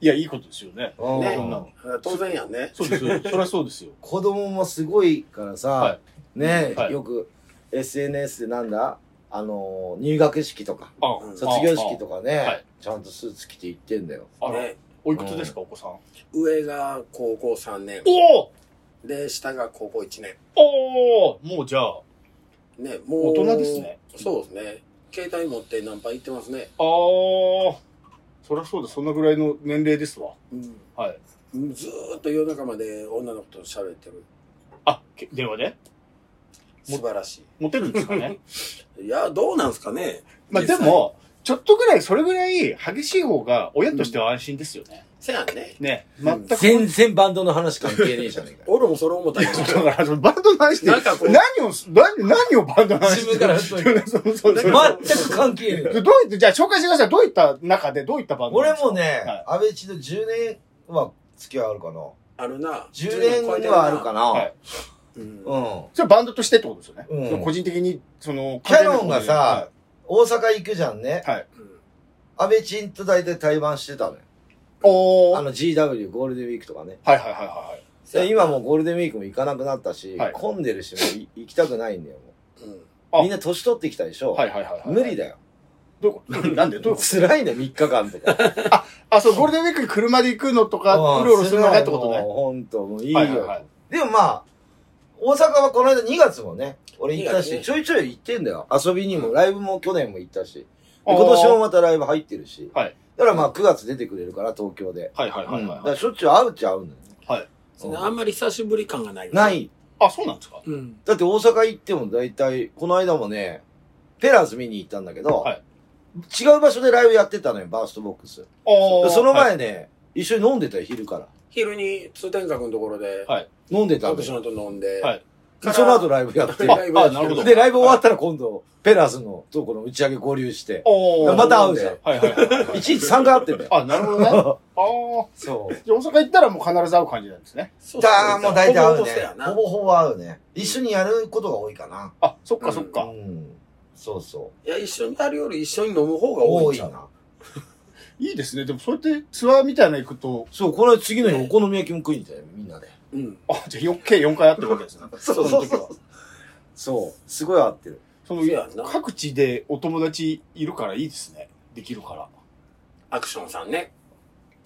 B: いや、いいことですよね。
A: うん
C: ね
B: そんなの。
C: 当然やんね。
B: そうです、 そりゃそうですよ。
A: 子供もすごいからさ、
B: は
A: ねえ、
B: はい
A: よく SNS でなんだあのー入学式とか
B: あ
C: うん
A: 卒業式と
B: か。
A: かね、
B: はい
A: ちゃんとスーツ着て行ってんだよ
B: あら
C: ね、
B: おいくつですか、お子さん。
C: 上が高校3年。
B: おお
C: で、下が高校1年。
B: おおもうじゃあ、
C: ね、もう。
B: 大人ですね。
C: そうですね。携帯持ってナンパ行ってますね。
B: ああ、そりゃそうだ、そんなぐらいの年齢ですわ。
C: うん。
B: はい。
C: ずーっと夜中まで女の子と喋ってる。
B: あ、け電話で
C: 素晴らし
B: モテるんですかね
C: い。いや、どうなんすかね。
B: まあで
C: 実際、
B: も、ちょっとぐらい、それぐらい激しい方が、親としては安心ですよね。
C: せやんね。
B: ね。
C: うん
B: 全
A: 全然バンドの話関係ねえじゃねえか
C: 俺もそれ思ったけど。
B: だから、そのバンドの話で
C: なんかこ、う
B: 何を、何何をバンドの話で。
A: 自分から振っとい
B: そうそうそう
C: なんか
A: 全く関係ねえ
B: どういった、じゃあ紹介してください。どういった中で、どういったバンド
A: 俺もね、
B: は
A: 安
B: い
A: 倍晋と10年は付き合いあるかな
C: あるな。
A: 10年はあるか
C: な。
A: な、
B: はい
C: うん
A: うん
B: それバンドとしてってことですよね。
A: うん
B: 個人的に、その、
A: キャノンがさ、大阪行くじゃんね
B: はい、はい。
A: 安倍晋と大体対バンしてたのよ
B: おー。
A: あ
B: はい
A: の GW ゴールデンウィークとかね
B: はいはいはいはい。
C: せや
A: で今もうゴールデンウィークも行かなくなったし、
B: はい
A: 混んでるしもうい行きたくないんだよも
C: うん
B: あ
A: うみんな年取ってきたでしょ、
B: はいはいはいはい。
A: 無理だ よ
B: どういうこと。なんでどういうこと
A: 辛いね3日間とか
B: あ、そう、ゴールデンウィークに車で行くのとか、 うろうろするのねってことね。
A: ホントもういいよ、
B: はいはいはい
A: でもまあ大阪はこの間2月もね俺行った
C: 2月
A: し、
C: ね
A: ちょいちょい行ってんだよ遊びにもライブも去年も行ったしで
B: あー
A: 今年もまたライブ入ってるし、
B: はい
A: だからまあ9月出てくれるから、東京で。
B: はいはいはい
A: うんだか
B: はい。
A: らしょっちゅう会うっちゃ会うんだよね
C: そのあんまり久しぶり感がない。
A: な。い。
B: あ、そうなんですか
C: うん。
A: だって大阪行っても大体、この間もね、ペラーズ見に行ったんだけど、
B: はい
A: 違う場所でライブやってたのよ、バーストボックス。
B: あー
A: その
B: はい
A: 前ね、一緒に飲んでたよ、昼から。
C: 昼に通天閣のところで、
B: はい
A: 飲んでた
C: ア
A: ん
C: ク
A: だ
C: シ
A: よ。
C: ョンと飲んで、
B: はい
A: でその後ライブやって。
C: ライブやって
B: ああなるほど
A: で、ライブ終わったら今度、ペラーズのところの打ち上げ合流して、
B: おー
A: また会うじゃん。
B: はいはいはいはい
A: いちいち参加あってんだよ。
B: あ、なるほどね。ああ。
A: そう。
B: じゃあ大阪行ったらもう必ず会う感じなんですね。
C: そうそう
A: だーもう大体合うね
C: ほぼほぼそうや。な
A: ほぼほぼ合うね。一緒にやることが多いかな。
B: あ、そっかそっか。
A: うん。そうそ
C: いや、一緒にやるより一緒に飲む
A: う。
C: 方が多
A: 多
C: い
A: い
C: じゃん。
A: な。
B: いいですね。でもそうやってツアーみたいなの行くと、
A: そう、この間次の日お好み焼きも食いに行ったよ、みんなで。
C: うん。
B: あ、じゃあ余計4回会ってるわけですね。
A: そう
B: の時は。
A: そう。すごい合ってる。
B: そ
C: そうやな
B: の各地でお友達いるからいいですね。できるから。
C: アクションさんね。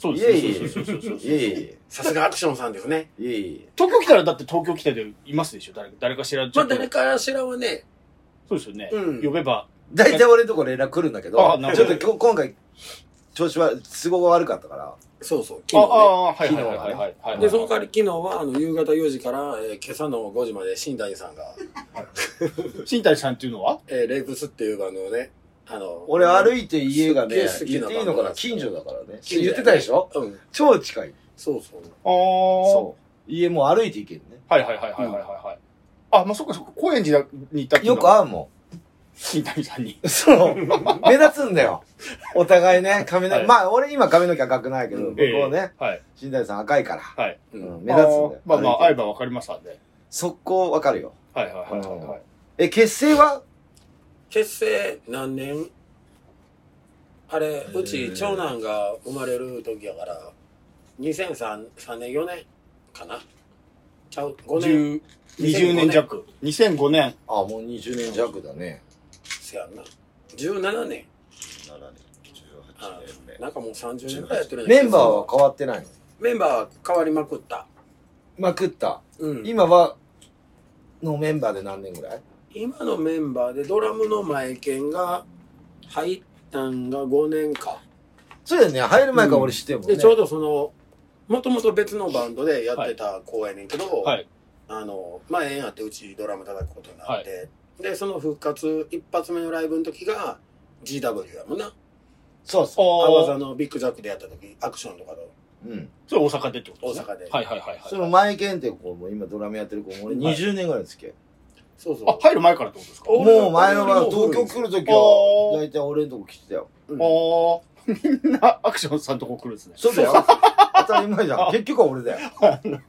B: そう
A: いえい
B: で
A: え
B: すね。そうそうそうそう
A: いえいえ
C: さすがアクションさんで すね。
A: いえいえ。
B: 東京来たらだって東京来たでいますでしょ誰か誰かしらちょ
C: まあ
B: っと、
C: 誰かしらはね、
B: そうですよね、
C: うん
B: 呼べば
A: 大体俺のとこ連絡来るんだけど
B: あな、る
A: ち
B: ほ
A: ょっと
B: ど
A: 今日今回、調子は、都合が悪かったから、
C: そうそう、
B: あ
C: 昨日
B: あはいはいはいはいはいはい
C: ね。で、その代わり昨日は、あの、夕方4時から、えー今朝の5時まで新谷さんが、
B: 新谷さんっていうのは
C: えーレイプスっていうバンドをね、あの、
A: 俺歩いて家がね
C: す、っげえ
A: 言
C: 好
A: って
C: きない
A: い
C: バン
A: の
C: ド
A: か
C: な
A: なん
C: ですよ
A: 近所だからね。
C: 近所
A: 言
C: や
A: っ
C: ね
A: てたでしょ
C: うん。
A: 超近い。
C: そうそう。
B: ああ
A: そう。家もう歩いて行けるね。
B: はいはいはいはいはいはいはいあまあそっかそっか高円寺に行ったってい
A: よ
B: うの
A: く
B: は
A: 会うもん。
B: 新谷さんに
A: そう。目立つんだよ。お互いね、髪の
B: は
A: 毛。
B: い
A: まあ、俺今髪の毛赤くないけど、
C: うん
A: 向こうね、
B: はい
A: 新大さん赤いから。
B: はい
A: うん、目立つんだよ。
B: あーまあまあ
A: 歩
B: 会
A: い
B: え
A: て
B: ばわかりますわね
A: 速攻わかるよ。
B: はいはいはいはいはい
A: え、結成は
C: 結成何年あれ、うち長男が生まれる時やから、2003 3年4年かなちゃう、5年
B: 10 20年弱2005年
A: あ、もう20年弱だね。
C: せやんな。17年。
D: 7年、18
C: あ
D: 年目。
C: なんかもう30年ぐらいやってるんや
A: メ
C: けど
A: ンバーは変わってないの
C: メンバーは変わりまくった。
A: まくった。
C: うん。
A: 今は、のメンバーで何年ぐらい
C: 今のメンバーでドラムの前剣が入ったんが5年か。
A: そうだよね。入る前から俺知ってるもんね。
C: で、ちょうどその、もともと別のバンドでやってた子やねんけど、
B: はい
C: あの、まあ、縁あってうちドラム叩くことになって、で、その復活、一発目のライブの時が GW やもんな。
A: そう
B: あ
A: そ
C: 青
B: あ
C: 技のビッグジャックでやった時、アクションとかの
A: う。うん。
B: それ大阪でってこと
C: 大阪で
B: はいはいはい
A: そ
B: は
A: の
B: い
A: 前健って子も今ドラムやってる子も俺
B: はい
A: 20年ぐらいですっけ、
C: そうそう。
B: あ入る前からってことですか
C: 俺
A: もう前の前、東京来るときは、
B: あー
A: 大体俺のとこ来てたよ。
C: うん
B: ああ、みんなアクションさんとこ来るんですね。
A: そうだよ。当たり前じゃん。結局は俺だよ。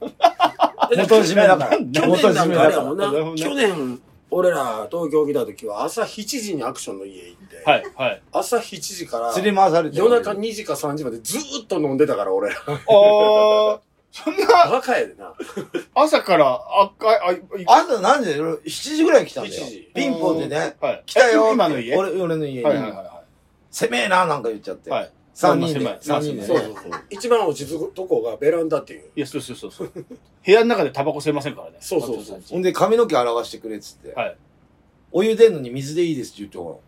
C: で
A: 元締めだから。
C: 去
A: 元
C: 年
A: 締
C: なん
A: め
C: かあ
A: だ
C: れや
A: か。
C: もん
B: な
C: な
B: るほど。ね
C: 去年、俺ら東京来た時は朝7時にアクションの家行って、
B: はい、はい。
C: 朝7時から
A: 釣り回されてる
C: 夜中2時か3時までずーっと飲んでたから俺ら。
B: ああ、そんな、
C: バカやでな。
B: 朝から、あ、あ、あ、い
A: 朝何時だよ ?7 時ぐらい来たんだよ
C: 7時。
A: ピンポンでね。
B: はい。
A: 来たよ。
B: 今の家
A: 俺、俺の家
B: はいはい
A: に。
B: は
A: せめえな、なんか言っちゃっ
B: い。
A: て。
B: はい。
A: 3人
B: まあ
A: で。
B: 狭
A: 三
B: い
A: 人で
C: そう
A: ね
C: そう。そう。一番落ち着くとこがベランダっていう。
B: いや、そうそうそうそう。部屋の中でタバコ吸えませんからね。
C: そうそうそう
B: 松
A: ほん
B: 本
A: で髪の毛洗わしてくれっつって。
B: はい
A: お湯出んのに水でいいですって言ってほら。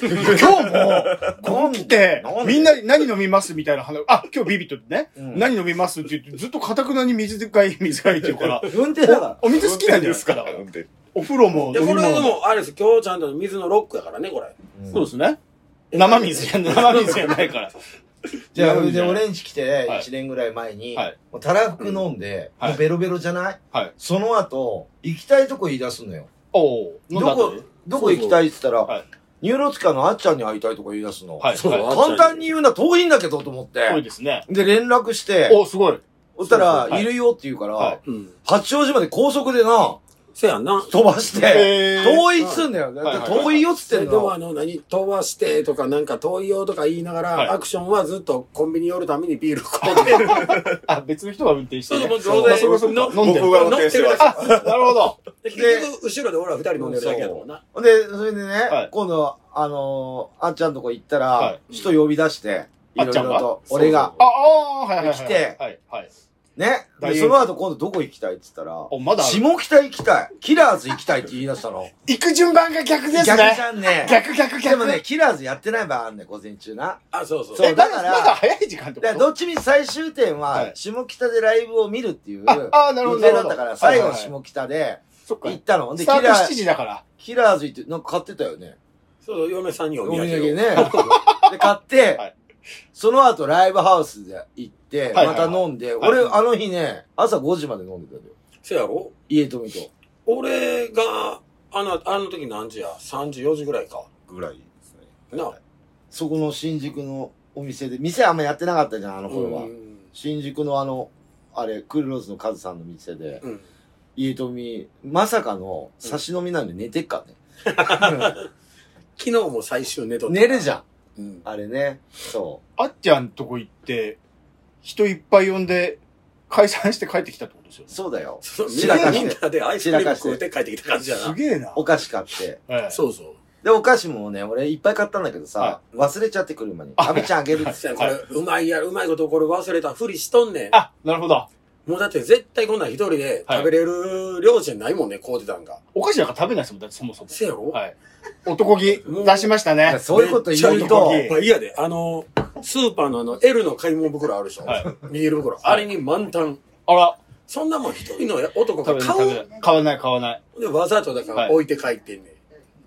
A: 今日もう、
B: さんち。来て
A: なん、で
B: みんな何飲みますみたいな話、あ、今日ビビットでね、
A: うん
B: 何飲みますって言って、ずっとかたくなに水がいい、水がいいって言う から、
A: 運転だから。
B: お水好きなんじゃないですか。だから
D: なんで
B: お風呂も、
C: で、
B: 飲
C: こ
B: み
C: れ
B: 物
C: で
B: も。
C: も、あれです。今日ちゃんと水のロックやからね、これ。
B: そうですね。生水じゃ、生水じゃないから。
A: じゃあ、
B: 飲む
A: で、
B: じゃん
A: 俺んち来て、
B: はい
A: 1年ぐらい前に
B: はい、
A: もうたらふく飲んで、
B: はい
A: もうベロベロじゃない
B: はい
A: その後、行きたいとこ言い出すのよ。
B: おお。飲ん
A: ど
B: だ後
A: こ
B: で、
A: どこ行きたいって言った
B: は
A: ら
B: い、
A: ニューロツカのあっちゃんに会いたいとか言い出すの。
B: はい
C: そうそう
B: は
A: 簡単に言うな、遠いんだけどと思っ
B: い。そう
A: て。
B: ですね。
A: で、連絡して、
B: お、すごい。
A: そした
B: そう
A: ら
B: そうは、い
A: いるよって言うか
B: は
A: ら
B: い、
C: うん。
A: 八王子まで高速でな、
C: せやんな。
A: 飛ばして、
B: えー
A: 遠いっつうんだよ。
B: はい
A: だって遠いよっつっ
C: で
A: てん
C: でもあ
A: の。
C: の、何、飛ばしてとか、なんか遠いよとか言いなが
B: はい
C: ら、アクションはずっとコンビニ寄るためにビール買って。
B: あ、別の人が運転して、ね。
C: そ
B: そう
C: うそうもう当
B: あ
C: 然
B: そうかそうか
C: の
B: 飲んで
D: 僕が運転してました。
B: あ、なるほど。
C: で結局、後ろで俺ら二人飲んでるだけやと思うな。
A: ほんで、それで
B: は
A: ね
B: い、
A: 今度、あのー、あっちゃんとこ行った
B: は
A: ら、人呼び出して、い
B: あっ
A: ろい
B: ちゃんが
A: ろと、俺が。
B: ああー、はいはいはい。
A: 来て
B: はい、はい。
A: ね。
B: 大
A: で、そ
B: 変
A: の後今度どこ行きたいって言ったら、
B: おまだある
A: 下北行きたい。キラーズ行きたいって言い出したの。
B: 行く順番が逆です
A: 逆
B: ね
A: じ。ゃんね。
B: 逆逆逆。
A: でもね、キラーズやってない場合あんねん、午前中な。
C: あ、そうそう。
A: そう
B: え、だ
A: だ
B: か
A: から
B: ら、まだ早い時間って
A: だから
B: こと
A: どっちみち最終点
B: は、
A: はい下北でライブを見るっていう、
B: ああーなるほど
A: 予定だったから、
B: なる
A: 最後
B: ほど
A: の下北で
B: そっか
A: 行。ったの。で、
B: ス
A: キ
B: タート
A: ラ
B: 7
A: ー、
B: 時だから。
A: キラーズ行って、なんか買ってたよね。
C: そう、嫁さんにお
A: お土
C: 土産
A: 産
C: を。
A: ね。 で、買って、
B: はい
A: その後ライブハウスで行って、
B: はい
A: また飲んで、
B: はい
A: 俺、あの日ね、朝5時まで飲んでたんだよ。
C: せやろ
A: 家とみと。
C: 俺が、あの、あの時何時や ?3 時、4時ぐらいか。
D: ぐらいですね。
C: なあ。
A: そこの新宿のお店で、店あんまやってなかったじゃん、あの頃は。
C: うん
A: 新宿のあの、あれ、クルローズのカズさんの店で、
C: うん。
A: 家とみ、まさかの差し飲みなんで寝てっ かね。
C: 昨日も最終寝とった
A: 寝るじゃん。
C: うん。
A: あれね。そ
B: あっちゃんとこ行って、人いっぱい呼んで、解散して帰ってきたってことですよ
A: う。。そうだよ。
C: そのみ
A: 散
C: ん
A: ら
C: な
A: か
C: み
A: し
C: ん
A: て。
C: なでアイスクリーム食うて帰ってきた感じや
B: す
C: な。
B: げえな。
A: お菓子買って。
B: ええ
C: そうそう。
A: で、お菓子もね、俺いっぱい買ったんだけどさ、
B: は
A: 忘れちゃって車に。
B: あ
A: 阿部ちゃんあげるって
C: せやこれ、うまいや、うまいことこれ忘れたふりしとんねん。
B: あ、なるほど。
C: もうだって絶対こんなん一人で食べれる量じゃないもんね、こうてたんが。
B: お菓子なんか食べないですもん、だってそもそも。
C: せやろ
B: はい。男気
C: うん
B: 出しました
A: いや
B: ね。
A: そういうこと言
C: め
A: う
C: っちゃ
A: と
B: 男、気
C: いっぱいやで、あの、スーパーのあの、L の買い物袋あるでしょ。
B: はい
C: ビール袋。あれに満タン。
B: あら、
C: そんなもん一人の
B: 食
C: 男が
B: べない
C: 買
B: 食べ
C: う
B: ない。買わない買わない。
C: で、わざとだか
B: は
C: ら
B: い
C: 置いて帰ってんねん。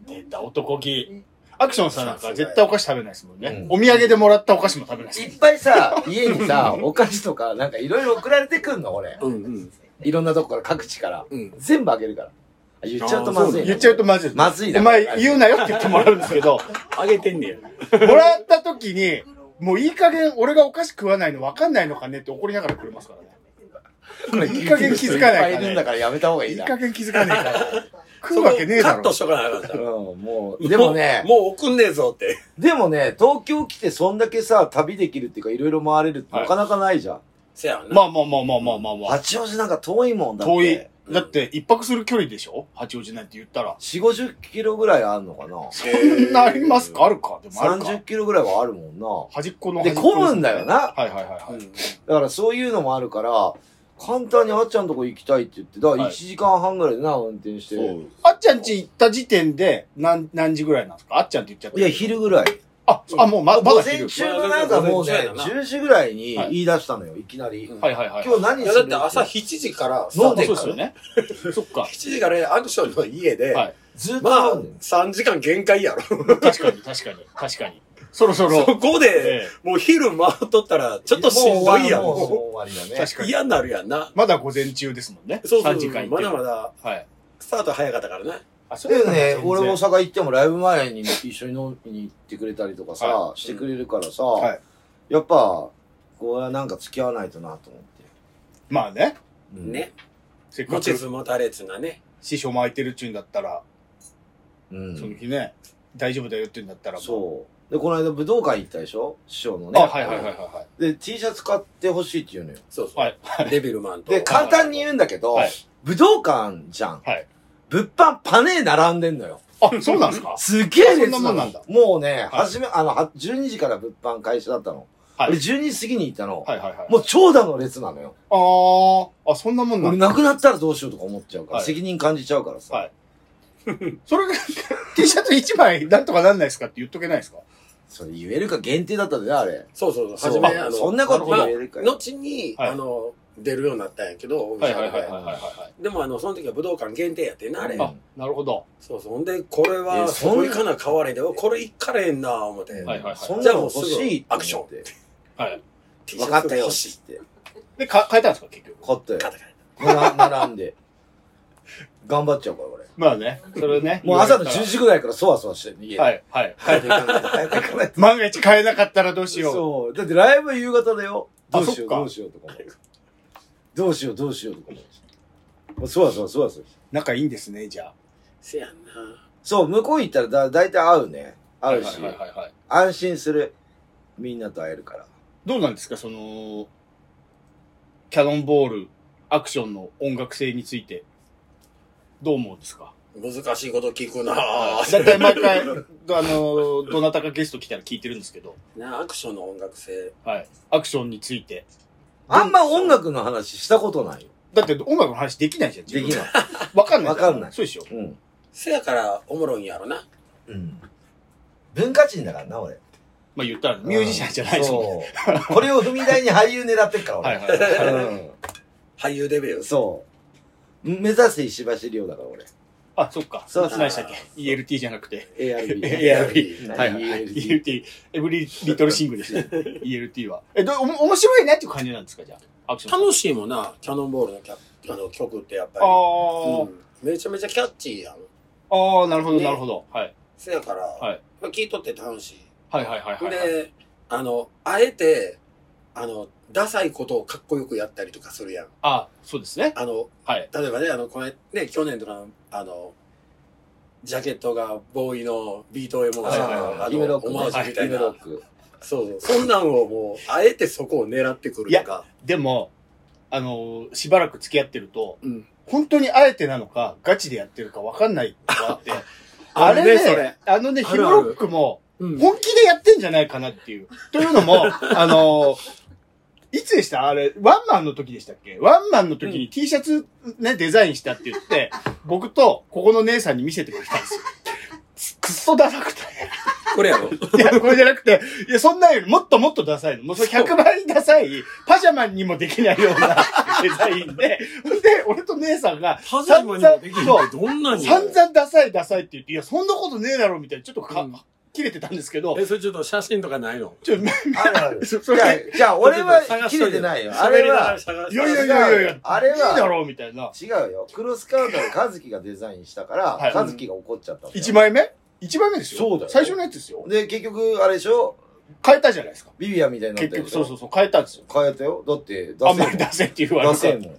B: 出た、男気。アクションさんなんか絶対お菓子食べないですもんね。
A: う
B: お土産でもらったお菓子も食べないです
A: いっぱいさ、家にさ、お菓子とかなんかいろいろ送られてくんの、俺。
C: うんうん。
A: いろんなとこから、各地から。
C: うん。
A: 全部あげるから。あ言っちゃうとまずいな。
B: 言っちゃうとまずい。
A: まずいな
B: お前言うなよって言ってもらうんですけど、
C: あげてんねや。
B: もらった時に、もういい加減俺がお菓子食わないの分かんないのかねって怒りながらくれますからね。
A: これ
B: いい加減気づかない
A: いっ
B: からね
A: ぱいいるんだからやめた方がい
B: い
A: い
B: い
A: な。
B: 加減気づかねえから。食うわけねえだ
C: カッ
B: ろ
C: ト。しとかなあかんか
A: うん、
C: ら。
A: もう、でもね、
C: もうもう送んねえぞって。
A: でもね、東京来てそんだけさ、旅できるっていうか、いろいろ回れるって
B: はい
A: なかなかないじゃん。
C: せやな。
B: まあまあまあまあまあまあまあ。
A: 八王子なんか遠いもんだって。
B: 遠い。だって一泊する距離でしょ八王子なんて言ったら。
A: 四五十キロぐらいあるのかな
B: そんなありますかあるかでもあるか。
A: 30キロぐらいはあるもんな。
B: 端っこの
A: で
B: 端っこすね
A: 混むんだよな
B: はいはいはいは
C: う
B: い。
C: ん
A: だからそういうのもあるから、簡単にあっちゃんのとこ行きたいって言って、だから1
B: はい
A: 時間半ぐらいでな、運転して。
D: そう。
B: あっちゃんち行った時点で何、何時ぐらいなんですかあっちゃんって言っちゃった。
A: いや、。昼ぐらい。
B: あ、あ、もうま、ま
A: 午
B: だ
A: 前
B: 昼。
A: 中のなんかもうね、
C: 午前中やな
A: 10時ぐらいに
B: はい
A: 言い出したのよ、いきなり。
C: うん
B: はいはいはい。
A: 今日何
C: い
A: す
C: や、
A: る
C: だって朝7時からスター
A: 飲ん
C: ト
A: で
C: す
A: っ
B: そ
A: から
B: うですよね。そっか。
C: 7時からアクションの家で、
B: はい。
A: ずっと
C: ま
A: 飲
C: あ
A: んでんの、
C: 3時間限界やろ。
B: 確かに確かに確かに。そろそろ。
C: そこで、
B: え
C: もう昼回っとったら、ちょっとしんどいやん。
A: もう
C: も
A: 終わりだ
B: え
A: ね。
B: 確
C: う
B: かに。
C: 嫌になるやんな。
B: まだ午前中ですもんね。
C: そうそう
B: 3時間行って。
C: まだまだ、
B: はい。
C: スタート早かったからね。
B: あ、そ
A: でね、俺も
B: も
A: 大阪行ってもライブ前に一緒に飲みに行ってくれたりとかさ、
B: は
A: してくれるからさ、
B: はい
A: やっぱ、これはなんか付き合わないとなと思って。
B: まあね。
A: うん
C: ね。
B: せっか
C: 持ち
B: く
C: つ持たれつなね。
B: 師匠も空いてるっちゅうんだったら、
A: うん。
B: その日ね、大丈夫だよって言うんだったらもう。
A: そう。で、この間武道館行ったでしょ師匠の
B: あ、
A: ね。
B: はいはいはいはいは
A: で、T シャツ買ってほしいって言うのよ。
C: そうそ
B: い。は
C: う。
B: い。
C: デビルマンと。
A: で、簡単に言うんだけど、
B: はい
A: 武道館じゃん。
B: はい
A: 物販パネー並んでんのよ。
B: あ、そうなんですか
A: すげえ
B: あそ
A: 列
B: んなもんなんだ
A: もうね、はじめ、あの、は12時から物販開始だったの。
B: はい
A: 俺12時過ぎに行ったの。
B: はいはいはい。
A: もう長蛇の列なのよ。
B: あー、あ、そんなもんな
A: 俺
B: んだ。
A: なくなったらどうしようとか思っちゃうから、
B: はい
A: 責任感じちゃうからさ。
B: はいそれが T シャツ1枚なんとかなんないですかって言っとけないですか
A: それ言えるか限定だったんだよね、あれ。
C: そうそうそ。
A: そうう
C: 初め、あの、
A: そんなこと
C: まあ
A: 言えるかよ
C: 後に、
B: はい
C: あの、出るようになったんやけど、
B: いは
C: でもあの、その時は武道館限定やってな、あれ。
A: うん
B: あ、なるほど。
C: そうそう。ほんで、こ
A: え
C: れは、
A: そん
C: そこ行かな買われんで、おこれ行かれへんな、思って。
B: はいはいはい
A: そんなの欲しいって思って。
C: アクション
B: はい。
A: 分かったよ、
C: 欲
A: し
C: しい。
A: って。
B: で、か、変えたんですか結局。
A: 買ったよ
C: 買。った買っ
A: 並並んで。頑張っちゃうから、俺。
B: まあね、それね。
A: もう朝の
B: 言
A: 10
B: われ
A: 時ぐらいからそわそわしてるね、家
B: たらは
A: で。
B: い、はい。
A: 帰っていかないと、帰っていかないと。
B: 万が一変えなかったらどうしよう。
A: そう。だってライブ夕方だよ。どうしよう、
B: あそっか
A: どうしようとか思う。どうしよう、どうしようとか思う。もうそわそわそわそわして。
B: 仲いいんですね、じゃあ。
C: せやんな。
A: そう、向こう行ったらだ大体会うね。会うし、
B: はいはいはいはい。
A: 安心する。みんなと会えるから。
B: どうなんですか、その、キャノンボール、アクションの音楽性について、どう思うんですか
C: 難しいこと聞くな
B: だいたい毎回、あの、どなたかゲスト来たら聞いてるんですけど、
C: なアクションの音楽性。
B: はい。アクションについて、
A: あんま音楽の話したことないよ。
B: だって音楽の話できないじゃん、自
A: で
B: 分
A: きない。
B: わかんないじゃ。
A: わかんない
B: そうでしょ。
A: うん。
C: せやからおもろいんやろな。
A: うん。文化人だからな、俺。
B: まあ言ったらミュージシャンじゃないし。
A: そう。これを踏み台に俳優狙ってっから、
B: はい
A: 俺。
B: はいはい。
C: 俳優デビュ
A: うん。
C: ー。
A: そう。目指せ石橋亮だから、俺。
B: あ、そっか。
A: そう
C: そう
B: 何でしたっけ ?ELT じゃなくて。
A: ARB。
B: ARB。
A: 何
B: はいはい。
A: ELT
B: ELT。エブリリトルシングですね。ELT は。え、ど、おも面白いねっていう感じなんですか、じゃあ。アクション。
C: 楽しいもんな、キャノンボールのキャあの曲ってやっぱり。
B: あ
C: うんめちゃめちゃキャッチーやん。
B: あ、ああ、なるほど、
C: ね
B: なるほど。はい。
C: せやから、
B: はい
C: まあ、聞いとって楽しい。
B: はいはいはいはいはい。
C: で、あの、あえて、あの、ダサいことをかっこよくやったりとかするやん。
B: あそうですね。
C: あの、
B: はい。
C: 例えばね、あの、これ、ね、去年とかの、あの、ジャケットがボーイのビートエモーショ
B: は
C: ン
B: いはい
C: の、
B: は
C: あ
A: 夢
C: の、
A: ロック
C: オ
A: ね。
C: マージュみたいな。
A: 夢ロック。
C: そうそう。そんなんをもう、あえてそこを狙ってくるとか。
B: でも、あのーしばらく付き合ってると、
C: うん。
B: 本当にあえてなのか、ガチでやってるかわかんないのがあって、
C: あ
B: あ
C: る
B: れ
C: ね
B: ね、
C: それ
B: あのね、
C: あ
B: ヒム
C: るある
B: ロックも、
C: うん
B: 本気でやってんじゃないかなっていう。というの も、あのーいつでしたあれ、ワンマンの時でしたっけワンマンの時に T シャツね、デザインしたって言って、僕とここの姉さんに見せてくれたんですよ。くっそダサくて。
C: これやろ。
B: いや、これじゃなくて、いや、そんなんよりもっともっとダサいの。もうそれ100倍ダサい、パジャマにもできないような デザインで、で、俺と姉さんが、
C: パジャマにもできる
B: そう
C: ってどんなんや
B: 散々ダサいダサいって言って、いや、そんなことねえだろ、みたいな、ちょっとか、
C: うん
B: 切れてたんですけど、
C: え、それちょっと写真とかないの
B: ちょ、
A: あるある。
B: そそ
A: じゃあ
B: れ、、
A: じゃあ俺は切れ
C: れ
A: てないよ。あれは、
B: いやいやいやいやいや、
A: あれはい
B: いだろう、みたいな。
A: 違うよ。クロスカウンターを和樹がデザインしたか
B: は
A: ら、
B: い
A: 和樹が怒っちゃったわけよ。
B: 一枚目一枚目ですよ。
A: そうだよ
B: 最初のやつですよ。
A: で、結局、あれでしょ
B: 変えたじゃないですか。
A: ビビアみたいになった
B: 結
A: でしょ
B: 局、そうそうそう、変えたんですよ。
A: 変えたよ。だって、
B: あ
A: ダ
B: ん
A: セ
B: まり
A: え
B: ダセいって言
A: もん。ダ
B: われ
A: セえ
B: て。
A: もん。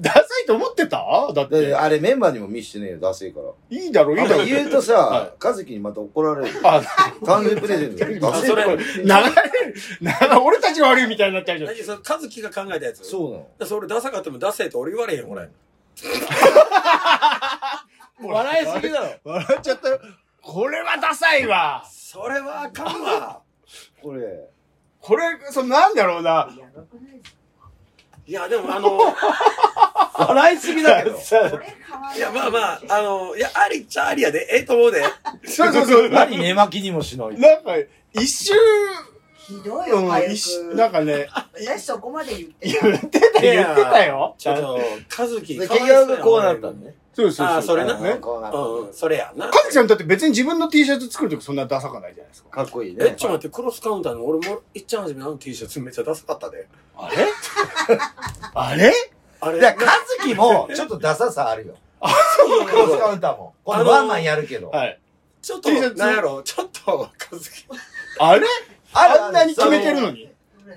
B: ダサいと思ってただっ
A: だって
B: て、
A: あれメンバーにも見してねえよ、ダセえから。
B: いいだろう、いいだろ
A: あ
B: う。
A: 言うと
B: は
A: さ、和樹にまた怒られるよ。
B: あ、
A: 誕生日プレゼント。
B: あ
A: ダセ
C: そ
A: え
C: れ
A: から。
B: 流れる、流れ俺たちが悪いみたいになっちゃうじゃん。
C: 何それ、和樹が考えたやつ
A: そうなの。
C: う。それダサかってもダセえと俺言われへん、俺。
A: 笑いすぎだろ。
B: 笑っちゃったよ。これはダサいわ。
C: それはあか んわ。
A: これ。
B: これ、そのなんだろうな。
E: やばくないですか
C: いや、でもあの、
A: 笑いすぎ だけど。
E: これ可愛い
C: いや、まあまあ、あの、いや、ありっちゃありやで。ええと思うで。
B: そうそうそう。なんか、
A: 何寝巻きにもしない。
B: 一周、
E: ひどいよ、か
B: うん
E: ゆ
B: 一周、
E: く
B: なんかね、
E: 私そこまで言って
B: 言ってたよ、言ってたよ。
C: ちょっと、和樹、
A: で
C: かわ
A: 結
C: いそうや
A: 局こうなったん。ね。
B: そうそうそう。
C: あーそれな
B: ね。
A: こうなった
C: うんうん、それやな。
B: かずきさんだって別に自分の T シャツ作るときそんなダサくないじゃないですか。
A: かっこいい
C: え、
A: ね
C: ち。ょっと待って、クロスカウンターの俺も、いっちゃんはじめあの T シャツめっちゃダサかったで。
B: あれあれ
C: あれ、
A: いや、和樹も、ちょっとダサ さあるよ。クロスカウンターも。このワンマンやるけど。
B: はい。
C: ちょっと
B: T シャ、ツ
C: なんやろ、ちょっと、和樹。
B: あれ
A: ある
B: あんなに決めてるのに。
E: る。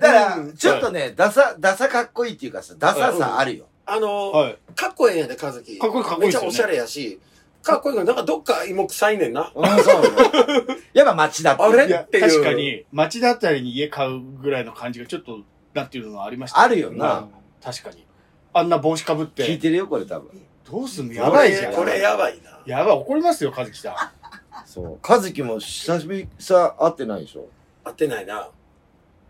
A: だか
B: う
A: ら、
B: ん
A: ちょっとね、ダサ、ダサかっこいいっていうかさ、ダサさあるよ。
C: あの、
B: はい。
C: かっこええんやで、和樹。
B: かっこいいかっこいいっ
C: め
B: すよ
C: っち
B: ね
C: ゃおしゃれやし、かっこいいけど、なんかどっか芋臭いねんな。
A: うん、そうよ。 やっぱ街だって。
C: あれ
B: いや
C: っていう
B: 確かに、町だったりに家買うぐらいの感じがちょっと、なっていうのはありました。
A: あるよ
B: う。
A: なん
B: 確かに。あんな帽子かぶっ
A: 聞い
B: て。
A: てるよ、これ多分。
B: どうすんのやばいじゃん。
C: これこれやばいな。
B: やばい、怒りますよ、和樹さん。
A: そう。和樹も久しぶりさ、会ってないでしょ。
C: 合ってないな。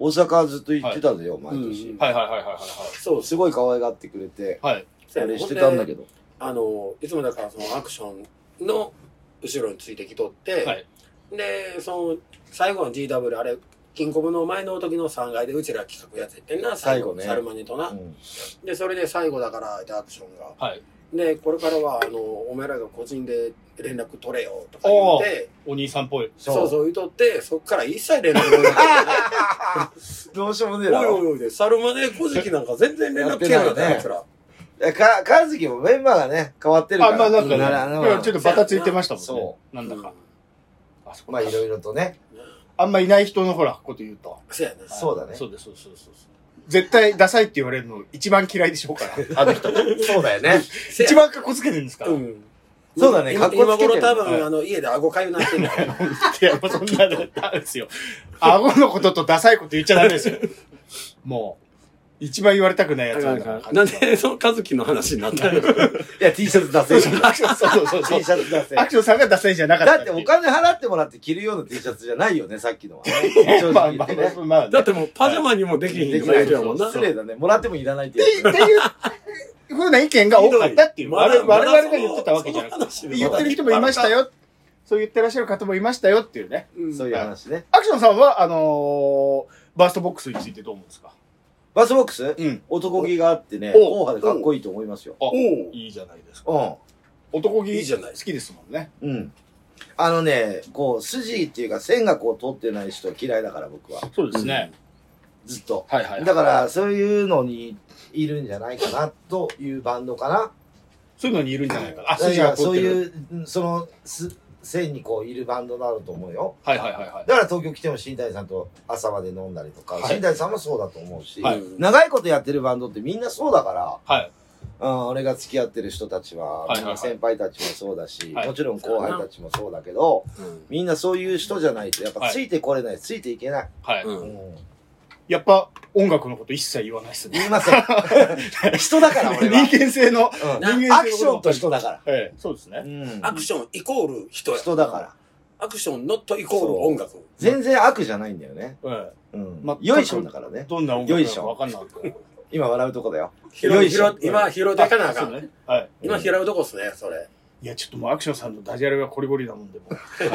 A: 大阪ずっと行ってたぜよ、毎
C: う
A: 年
C: ん。
B: はいはいはいはいは
C: そう
A: すごい可愛がってくれて、
B: い。はい。
A: あれしてたんだけど。
C: あのいつもだからそのアクションの後ろについてきとって、
B: はい
C: でその最後の GW あれ金庫部の前の時の3階でうちら企画やつやってんな最
A: 最後
C: 後
A: ね
C: サルマニとな、
A: うん
C: でそれで最後だからってアクションが
B: はい。
C: でこれからはあのお前らが個人で連絡取れよとか言って
B: お兄さんっぽい。
A: そ
C: そううそう言うとってそっから一切連絡取れなかっ
A: どうしようもね
C: た
A: えな
C: お。
A: い
C: おいおいでサルマネ小月なんか全然連絡来なかったやつら
A: いやか、和樹もメンバーがね、変わって
B: あ、
A: るから。
B: まあなんかね、
A: な
B: なんかちょっとバタついてましたもんね。。
A: そう
B: なんだか。あそこ
A: まあいろいろとね。
B: あんまいない人のほら、こと言うと。
C: そうやな
A: そうだね
B: そうです、そうですそうです。絶対ダサいって言われるの一番嫌いでしょうから。あの人。
A: そうだよね。
C: せや
B: 一番かっこつけてるんですから。
C: う
B: い
C: ん
A: そうだね
C: 今
A: かっこつけてる
C: 今頃多分、
B: はい
C: あの家で顎かゆなってんだよ
B: や、もうそんなのダメですよ。顎のこととダサいこと言っちゃダメですよ。もう。一番言われたくないや
C: あ
B: つ
C: かんあかんなんで、その、和樹の話になった の
A: いや、T シャツ出せ。T
B: アクション、そうそうそう
A: シャツ出せ。
B: アクションさんがダサいじゃなかった
A: だってお金払ってもらって着るような T シャツじゃないよね、さっきのは、ね。正
B: まあ
A: 直
B: ま
A: 言っ
B: あ
A: てね
B: まあ。まあ
C: だ
B: ね
C: ってもう、パジャマにもできひん
A: でき
C: とか
A: ないう
C: 言てやもんな。
A: 失礼だね。もらってもいらないって
B: って いうふうな意見が多かったっていう。
C: ま
B: 我
C: だ
B: 々我々が言ってたわけじゃなくて。
C: その話
B: 言ってる人もいましたよ。そう言ってらっしゃる方もいましたよっていうね。
C: うん
A: そういう話ね。
B: アクションさんは、あのーバーストボックスについてどう思うんですか
A: バスボックス
B: うん。
A: 男気があってね、硬
B: お
A: 派でかっこいいと思いますよ。
B: あ、
C: おう
B: いいじゃないですか。
A: う
B: 男気
C: いいじゃない
B: 好きですもんね。
A: ん。うん。あのね、こう、筋っていうか線がこう通ってない人は嫌いだから僕は。
B: そうですね。
A: ずっと。
B: はいはいはい。
A: だから、そういうのにいるんじゃないかな、というバンドかな。
B: そういうのにいるんじゃないかな。
A: だ
B: あ、筋
A: か
B: が
A: ら
B: 通
A: そ
B: っ
A: う
B: てる。
A: いう、うんその、す線にこういるバンドだろうと思うよ。
B: はいはいはいはい。
A: だから東京来ても新谷さんと朝まで飲んだりとか、
B: はい
A: 新谷さんもそうだと思うし、
B: はい
C: うん
A: 長いことやってるバンドってみんなそうだから、
B: はい。
A: うん、俺が付き合ってる人たちは、
B: はいはいはい
A: 先輩たちもそうだし、
B: はい
A: もちろん後輩たちもそうだけど、みんなそういう人じゃないと、やっぱ
B: はい
A: ついてこれない、ついていけない。
B: はい。
C: うん
A: うん
B: やっぱ音楽のこと一切言わないですね。
A: 言いません。 人だから俺
B: 人
A: は。
B: 間性の、
A: うん
B: 人間性の
A: アクションと人だから。
B: ええ、そうです
A: う
B: ね。
A: ん、
C: アクションイコール人や。
A: 人だから。
C: アクションノットイコール音楽。
A: 全然悪じゃないんだよね。
B: え
A: うん。
B: 全く
A: よいしょだから
B: え。
A: ね。
B: どんな音楽かわかんなかったから。
A: 今笑うとこだよ。
C: 拾
A: よ
C: う
A: いしょ
C: 拾う今拾うていかなあか。
B: そうんねはい。
C: 今拾うとこっすね、それ。
B: いや、ちょっともうアクションさんのダジャレがコリゴリだもんで、も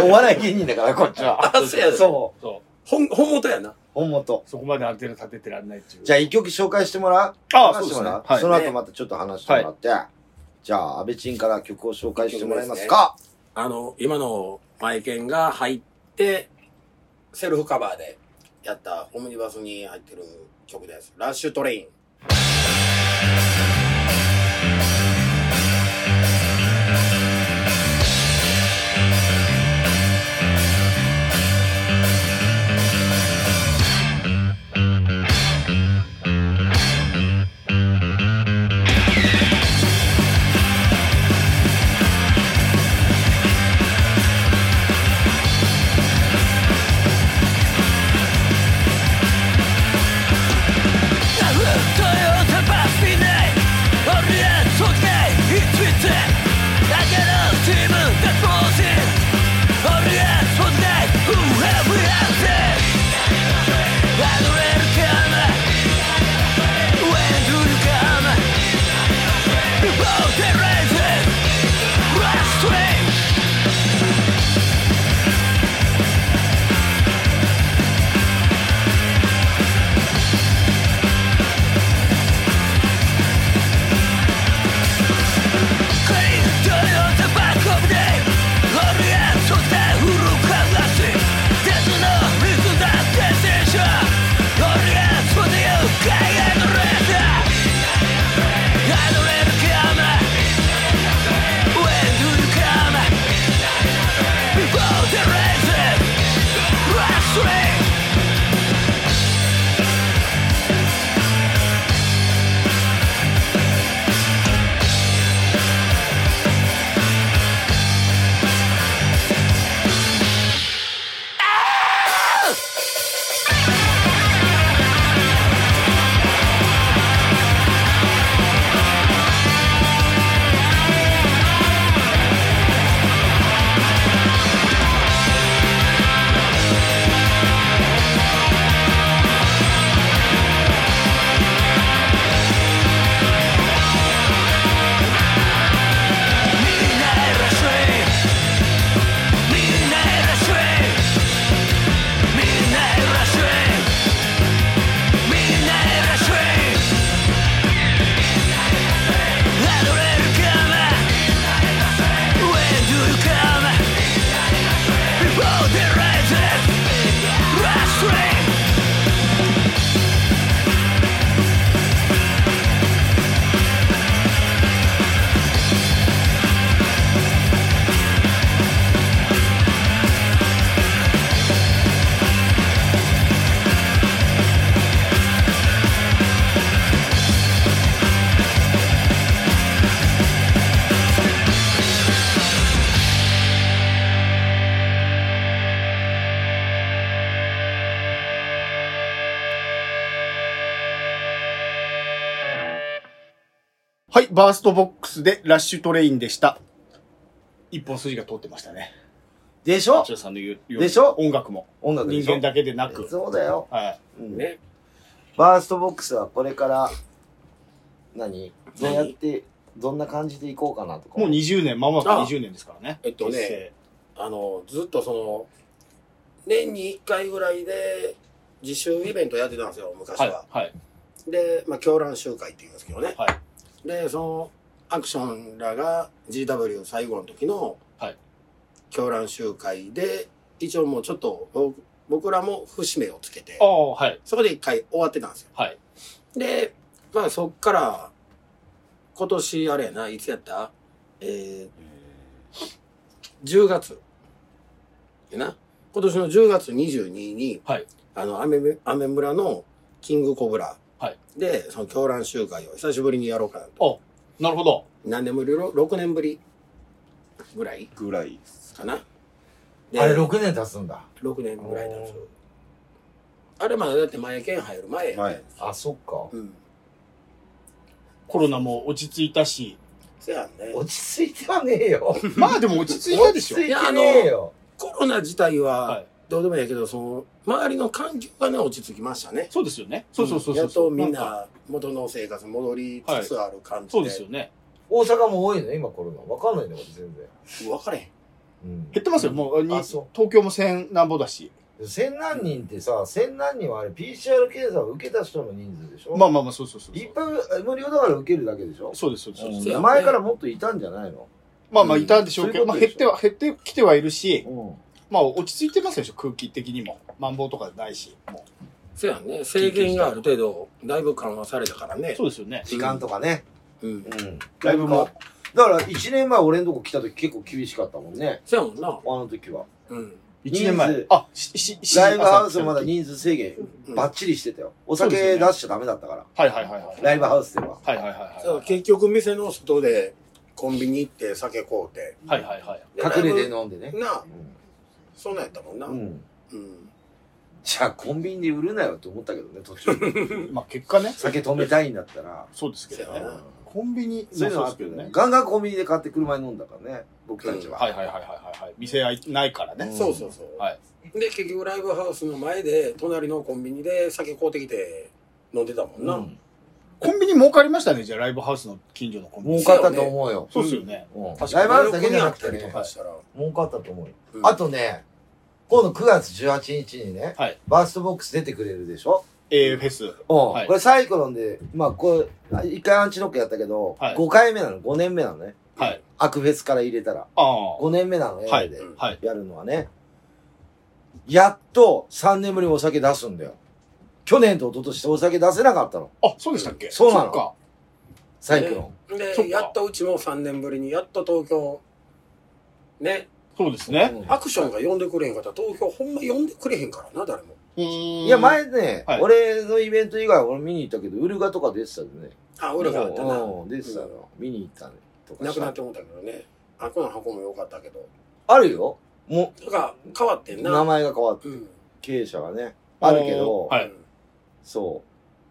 B: う。
A: お笑い芸人だから、こっちは。
C: あ、そうやで。
A: そう。
B: そう。
C: 本、本元やな。
A: 本元。
B: そこまでアンテナ立ててらんないっていう。
A: じゃあ一曲紹介してもらう
B: ああ
A: 話してもら
B: そうですねはい
A: その後またちょっと話してもらって。じゃあ、安倍晋から曲を紹介してもらえますか
C: あの、今のマイケンが入って、セルフカバーでやったオムニバスに入ってる曲です。ラッシュトレイン。
F: Toyota bus be night. Only
B: はい、バーストボックスでラッシュトレインでした。一本筋が通ってましたね。
A: でしょ
B: 八代さんの言うように
A: でしょ
B: 音楽も。
A: 音楽で
B: 人
A: しょ
B: 間だけでなく。
A: そうだよ、
B: は
A: う
B: い。
A: ん
C: ね
A: バーストボックスはこれから何どうやってどんな感じでいこうかなとか
B: もう20年、まもなく20年ですからね。
C: えっとね
B: 結成
C: あのずっとその年に1回ぐらいで自習イベントやってたんですよ昔は、
B: はい。はい。
C: で、まあ、狂乱集会って言うんですけどね、
B: は
C: でそのアクションらが GW 最後の時の
B: はい
C: 狂乱集会で一応もうちょっと僕僕らも節目をつけて
B: ああ、はい。
C: そこで1回終わってたんですよ
B: はい。
C: でまあそっから今年あれやないつやったえー、10月やな今年の10月22に、
B: はい
C: あのアメアメ村のキングコブラ
B: はい
C: でその狂乱集会を久しぶりにやろうかなと
B: なるほど。
C: 何年ぶりろ ?6 年ぶりぐらい
D: ぐらいです。
C: かなで
A: あれ6年経つんだ
C: 6年ぐらいなんですよあれまだだって前剣入る前やね
D: はい。
A: あそっか
C: うん
B: コロナも落ち着い たし。
C: せやんね
A: 落ち着いてはねえよ
B: まあでも落ち着いたでしょ
A: 落。ち着いてねえよ
C: コロナ自体
B: は
C: はいどうでもいいけど、その周りの環境がね落ち着きましたね
B: そうですよね。そうそうそうそう。
C: やっとみん
B: か。
C: な元の生活戻りつつある感じで,、
B: そうですよね。
A: 大阪も多いの今コロナわかんないんだから全然
C: 分かれへん
A: うん
B: 減ってますよ。もう、に
A: あそう
B: 東京も千なんぼだし。
A: 千何人ってさ千何人はあれ PCR 検査を受けた人の人数でしょ
B: まあ
A: あ
B: まあまあ、そうそうそう。
A: 一般無料だから受けるだけでしょ
B: そうです、そうですそうです。
C: そうやね
A: 前からもっといたんじゃないの
B: まあまあ、いたんでしょうけど、
A: うん
B: ま
A: そ
B: あ
A: ういう
B: 減っ
A: こと
B: ては、減ってきてはいるし、
A: うん
B: まあ落ち着いてますでしょ、空気的にも。マンボウとかないし。も
C: せやんね制限がある程度だいぶ緩和されたから
B: う
C: ね
B: そうですよね。
A: 時間とかね
C: うん
A: うん
B: ライブも
A: だから1年前俺んとこ来た時結構厳しかったもんね
C: せやもんな
A: あの時は
C: うん
B: 一年前
A: 人数。
B: あ、し、し、し
A: ライブハウス
B: 朝
A: まだ人数制限
C: うん
A: バッチリしてたよお
B: そうです
A: 酒
B: よ
A: 出
B: ね
A: しちゃダメだったから
B: はいはいはいはい。
A: ライブハウスでは
B: はいはいはい
C: そう
B: は
C: 結局店の外でコンビニ行って酒買うて
B: い。はいはいはい。
C: で
A: 隠れて
C: だい
A: 飲んでね
C: ぶなあ
A: う
C: そんなんやったもんなうん、
A: うんんじゃあコンビニで売るなよって思ったけどね途中
B: まあ結果ね、
A: 酒止めたいんだったら
B: そうですけどね
C: そうや。
B: コンビニ、
A: そういうの
B: ま
A: は
B: あ
A: あ
B: そ
A: っ
B: う
A: て
B: ですけど
A: ね
B: ね。
A: ガンガンコンビニで買ってくる前飲んだからね僕たちは、
B: はいはいはいはいはいはい。店あいないからね。
C: そうそうそう、
B: はい
C: で結局ライブハウスの前で隣のコンビニで酒買うてきて飲んでたもんな、
A: うん
B: コンビニ儲かりましたね、じゃあライブハウスの近所のコンビニ。
A: 儲かったと思うよ
B: そうですよね。
A: うん
B: 確
A: ラ
B: か
A: イブハウ
B: に
A: スだけじゃなくて
C: 横にあったり
A: ね
C: とかしたら、
A: 儲かったと思うよ
C: うん
A: あとね今度9月18日にね、
B: はい
A: バーストボックス出てくれるでしょ
B: A フェス。
A: うん、
B: はい
A: これサイコロンで、まあ、これ、1回アンチノックやったけど、
B: はい
A: 5回目なの、5年目なのね。
B: はい。
A: アクフェスから入れたら。
B: ああ。
A: 5年目なのね、
B: は
A: で
B: はい。
A: やるのはね。やっと3年ぶりにお酒出すんだよ。去年と一昨年お酒出せなかったの。
B: あ、そうでしたっけ
A: そうなの
B: っか。
A: サイクロン。
B: そっ
C: で
B: か
C: やっとうちも3年ぶりにやっと東京ね
B: そうですね。
A: うん
C: アクションが呼んでくれへんかったら東京ほんま呼んでくれへんからな誰も
A: い
B: い
A: や、前ね、
B: はい
A: 俺のイベント以外俺見に行ったけど、ウルガとか出てたのね。
C: あ俺があったな
A: うん、出てたの。見に行ったね。とか
C: なくなっ
A: して
C: もうたけどねあこの箱も良かったけど
A: たあるよ。も
C: だから変わって
A: う、
C: んな
A: 名前が変わって、
C: うん
A: 経営者がね。あるけど、
B: はい
A: そ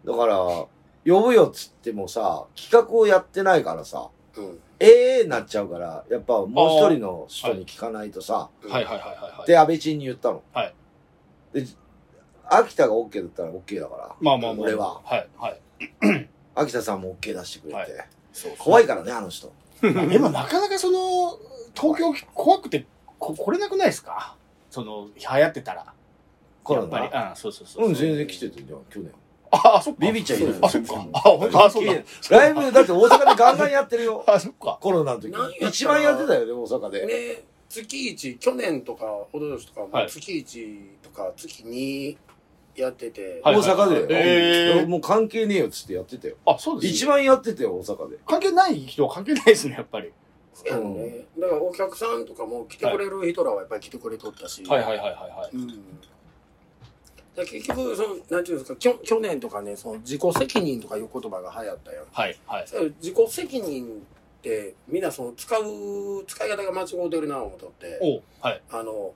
A: う。だから、呼ぶよっつってもさ、企画をやってないからさ、
C: うん
A: ええになっちゃうから、やっぱもう一人の人に聞かないとさ、
C: うん
B: はいはいはいはいはい。
A: で、安倍ちんに言ったの。
B: はい
A: で、秋田が OK だったら OK だから、
B: まあまあまあ。
A: 俺は。
B: はいはい。
A: 秋田さんも OK 出してくれて。
B: はい
C: そうそう
A: 怖いからね、あの人。
B: でもなかなかその、東京怖くてこ来れなくないですかその、流行ってたら。
A: コ
B: や
A: ロ
B: っぱ
A: ナ
B: り。
A: は。
B: うん、そうそうそう。
A: うん、全然来てたじゃん、去年。
B: あ、あ、そっか。
A: ビビっちゃいる
B: あ、そっか。あ、ほんとあ、そうだ。
A: ライブ、だって大阪でガンガンやってるよ。
B: あ、そっか。
A: コロナの時
C: 何やった。ら
A: 一番やってたよね、大阪で。
C: で月1去年とかおととしとか、
B: はい
C: 月1とか月2やってて、
B: は
A: 大
B: いはい
A: 阪でだよ。
B: へー
A: もう関係ねえよっつってやってたよ。
B: あ、そうです。
A: 一。番やってたよ、大阪で。
B: 関係ない人は関係ないですね、やっぱり。
C: そうやねだからお客さんとかも来てくれる人らはやっぱり来てくれとったし、
B: はいはいはいはいはい。
C: うん、で結局そのなんていうんですかきょ去年とかねその自己責任とかいう言葉が流行ったやん
B: はいはい。
C: それ自己責任ってみんなその使う使い方が間違うてるな思っとって
B: おはい。
C: あの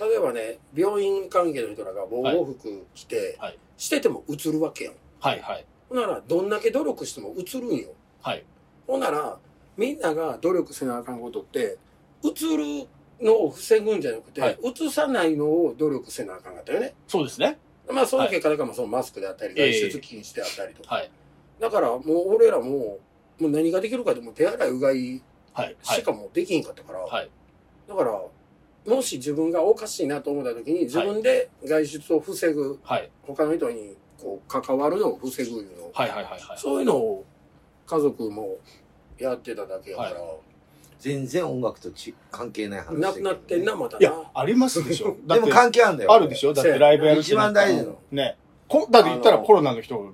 C: 例えばね病院関係の人らが防護服着て、
B: はいはい
C: してても映るわけやん
B: はいはい。
C: ほんならどんだけ努力しても映るんよ
B: はい。
C: ほんなら、みんなが努力せなあかんことって、映るのを防ぐんじゃなくて、
B: はい
C: 映さないのを努力せなあかんかったよね。
B: そうですね。
C: まあ、その結果だから、そのマスクであったり、
B: ええ
C: 外出禁止であったりとか。
B: はい。
C: だから、もう俺らも、もう何ができるかでもう手洗いうがい
B: はい。は
C: し
B: い。
C: かもうできんかったから、
B: はい。
C: だから、もし自分がおかしいなと思った時に、自分で外出を防ぐ、
B: はい。
C: 他の人にこう関わるのを防ぐいうのを
B: はい。はい。はい。はい。
C: そういうのを家族もやってただけやから、
A: 全然音楽とち関係ない話だけど
C: なくなってんな、また
B: い
C: な
B: や。、ありますでしょ。だ
A: で
B: っ
A: も
B: て、
A: 関係あるんだよ
B: あるでしょだってライブやるって
A: 一
B: な
A: 番
B: ったら
A: 大事なの
B: ね。こだって言ったら
C: あの
B: コロナの人が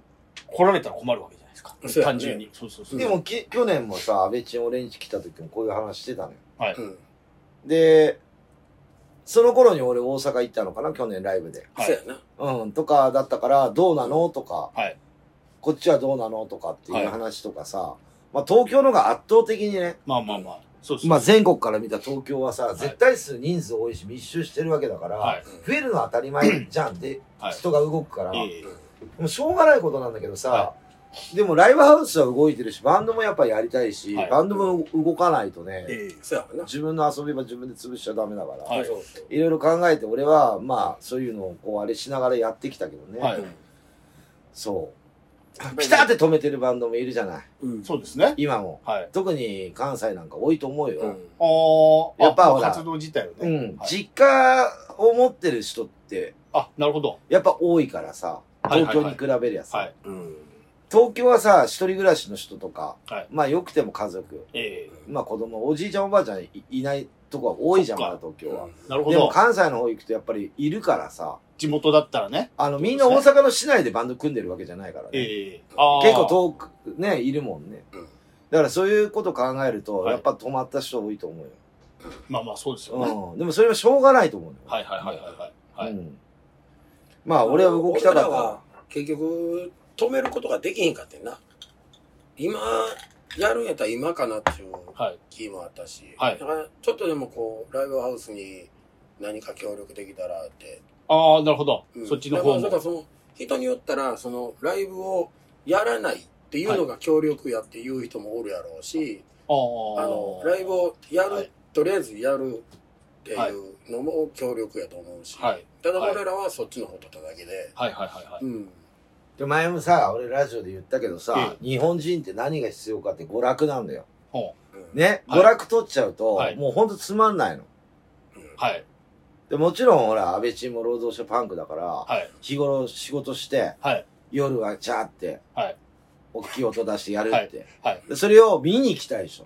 B: 来られたら困るわけじゃないですか。
C: そうやね
B: 単純に。そうそうそう。
A: でもき去年もさ安倍ちん俺んち来た時もこういう話してたのよ
C: うん。
A: でその頃に俺大阪行ったのかな去年ライブで
B: はい
C: そうやな。
A: うんとかだったからどうなのとか、
B: はい
A: こっちはどうなのとかって
B: はいいう
A: 話とかさ、まあ東京のが圧倒的にね
B: まあまあまあ。そうそう。
A: まあ、全国から見た東京はさ、
B: い
A: 絶対数人数多いし密集してるわけだから、
B: はい。
A: 増えるのは当たり前じゃんで、
B: はい
A: 人が動くから、
B: ええ
A: もうしょうがないことなんだけどさ、
B: は
A: でもライブハウスは動いてるしバンドもやっぱりやりたいし、
B: はい
A: バンドも動かないとね、
B: ええ
C: そうやな。
A: 自分の遊び場自分で潰しちゃダメだから、
B: はい
C: そうそう
A: いろいろ考えて俺はまあそういうのをこうあれしながらやってきたけどね、
B: はい
A: そうピタって止めてるバンドもいるじゃない
C: うん。
B: そうですね。
A: 今も
B: はい。
A: 特に関西なんか多いと思うよ、
C: う
A: うんん
B: あーあ、
A: やっぱほら
B: 活動自体をね。はい
A: 実家を持ってる人って
B: あ、なるほど。
A: やっぱ多いからさ
B: はいはいは
A: 東
B: い
A: 京に比べりゃさ、
B: はい。
C: うん。
A: 東京はさ一人暮らしの人とか、
B: はい
A: まあよくても家族
B: え
A: まあ子供おじいちゃんおばあちゃんいいないとこは多いじゃん
B: そ
A: ま
B: っか
A: だ東京は、
B: えなるほ
A: でも
B: ど。
A: 関西の方行くとやっぱりいるからさ
B: 地元だったらね。
A: あのみんな大阪の市内でバンド組んでるわけじゃないからね、
B: ええああ。
A: 結構遠くねいるもんね、
C: うん
A: だからそういうこと考えると、
B: はい
A: やっぱ止まった人多いと思うよ、
B: まあまあ、そうですよね。
A: うん、でもそれはしょうがないと思うよ、
B: はいはいはいはいはい。
A: う
B: はい。
A: ん、まあ俺は動きたか
C: 俺ら
A: っ
C: は結局、止めることができへんかってんな。今、やるんやったら今かなっていう
B: はい。
C: 気もあったし、
B: はい
C: だからちょっとでもこう、ライブハウスに何か協力できたらって、
B: ああ、なるほど。
C: うん
B: そっちの方
C: だ
B: も
C: から。その人によったらそのライブをやらないっていうのが協力やっていう人もおるやろうし、
B: ああ
C: あのライブをやる、
B: はい
C: とりあえずやるっていうのも協力やと思うし、
B: はい。
C: ただ
B: はい
C: 俺らはそっちの方取っただけで、
B: はいはいはいはい。
C: うん
A: たで前もさ俺ラジオで言ったけどさ
B: え、
A: 日本人って何が必要かって娯楽なんだよ
B: ほ
C: うん
A: ね、
B: はい
A: 娯楽取っちゃうと、
B: はい
A: もうほんとつまんないの
B: う。はい。
A: でもちろんほら安倍チーム労働者パンクだから、
B: はい。
A: 日頃仕事して
B: はい。
A: 夜はジャーって、
B: はい
A: 大きい音出してやるって、
B: はい。
A: でそれを見に行きたい人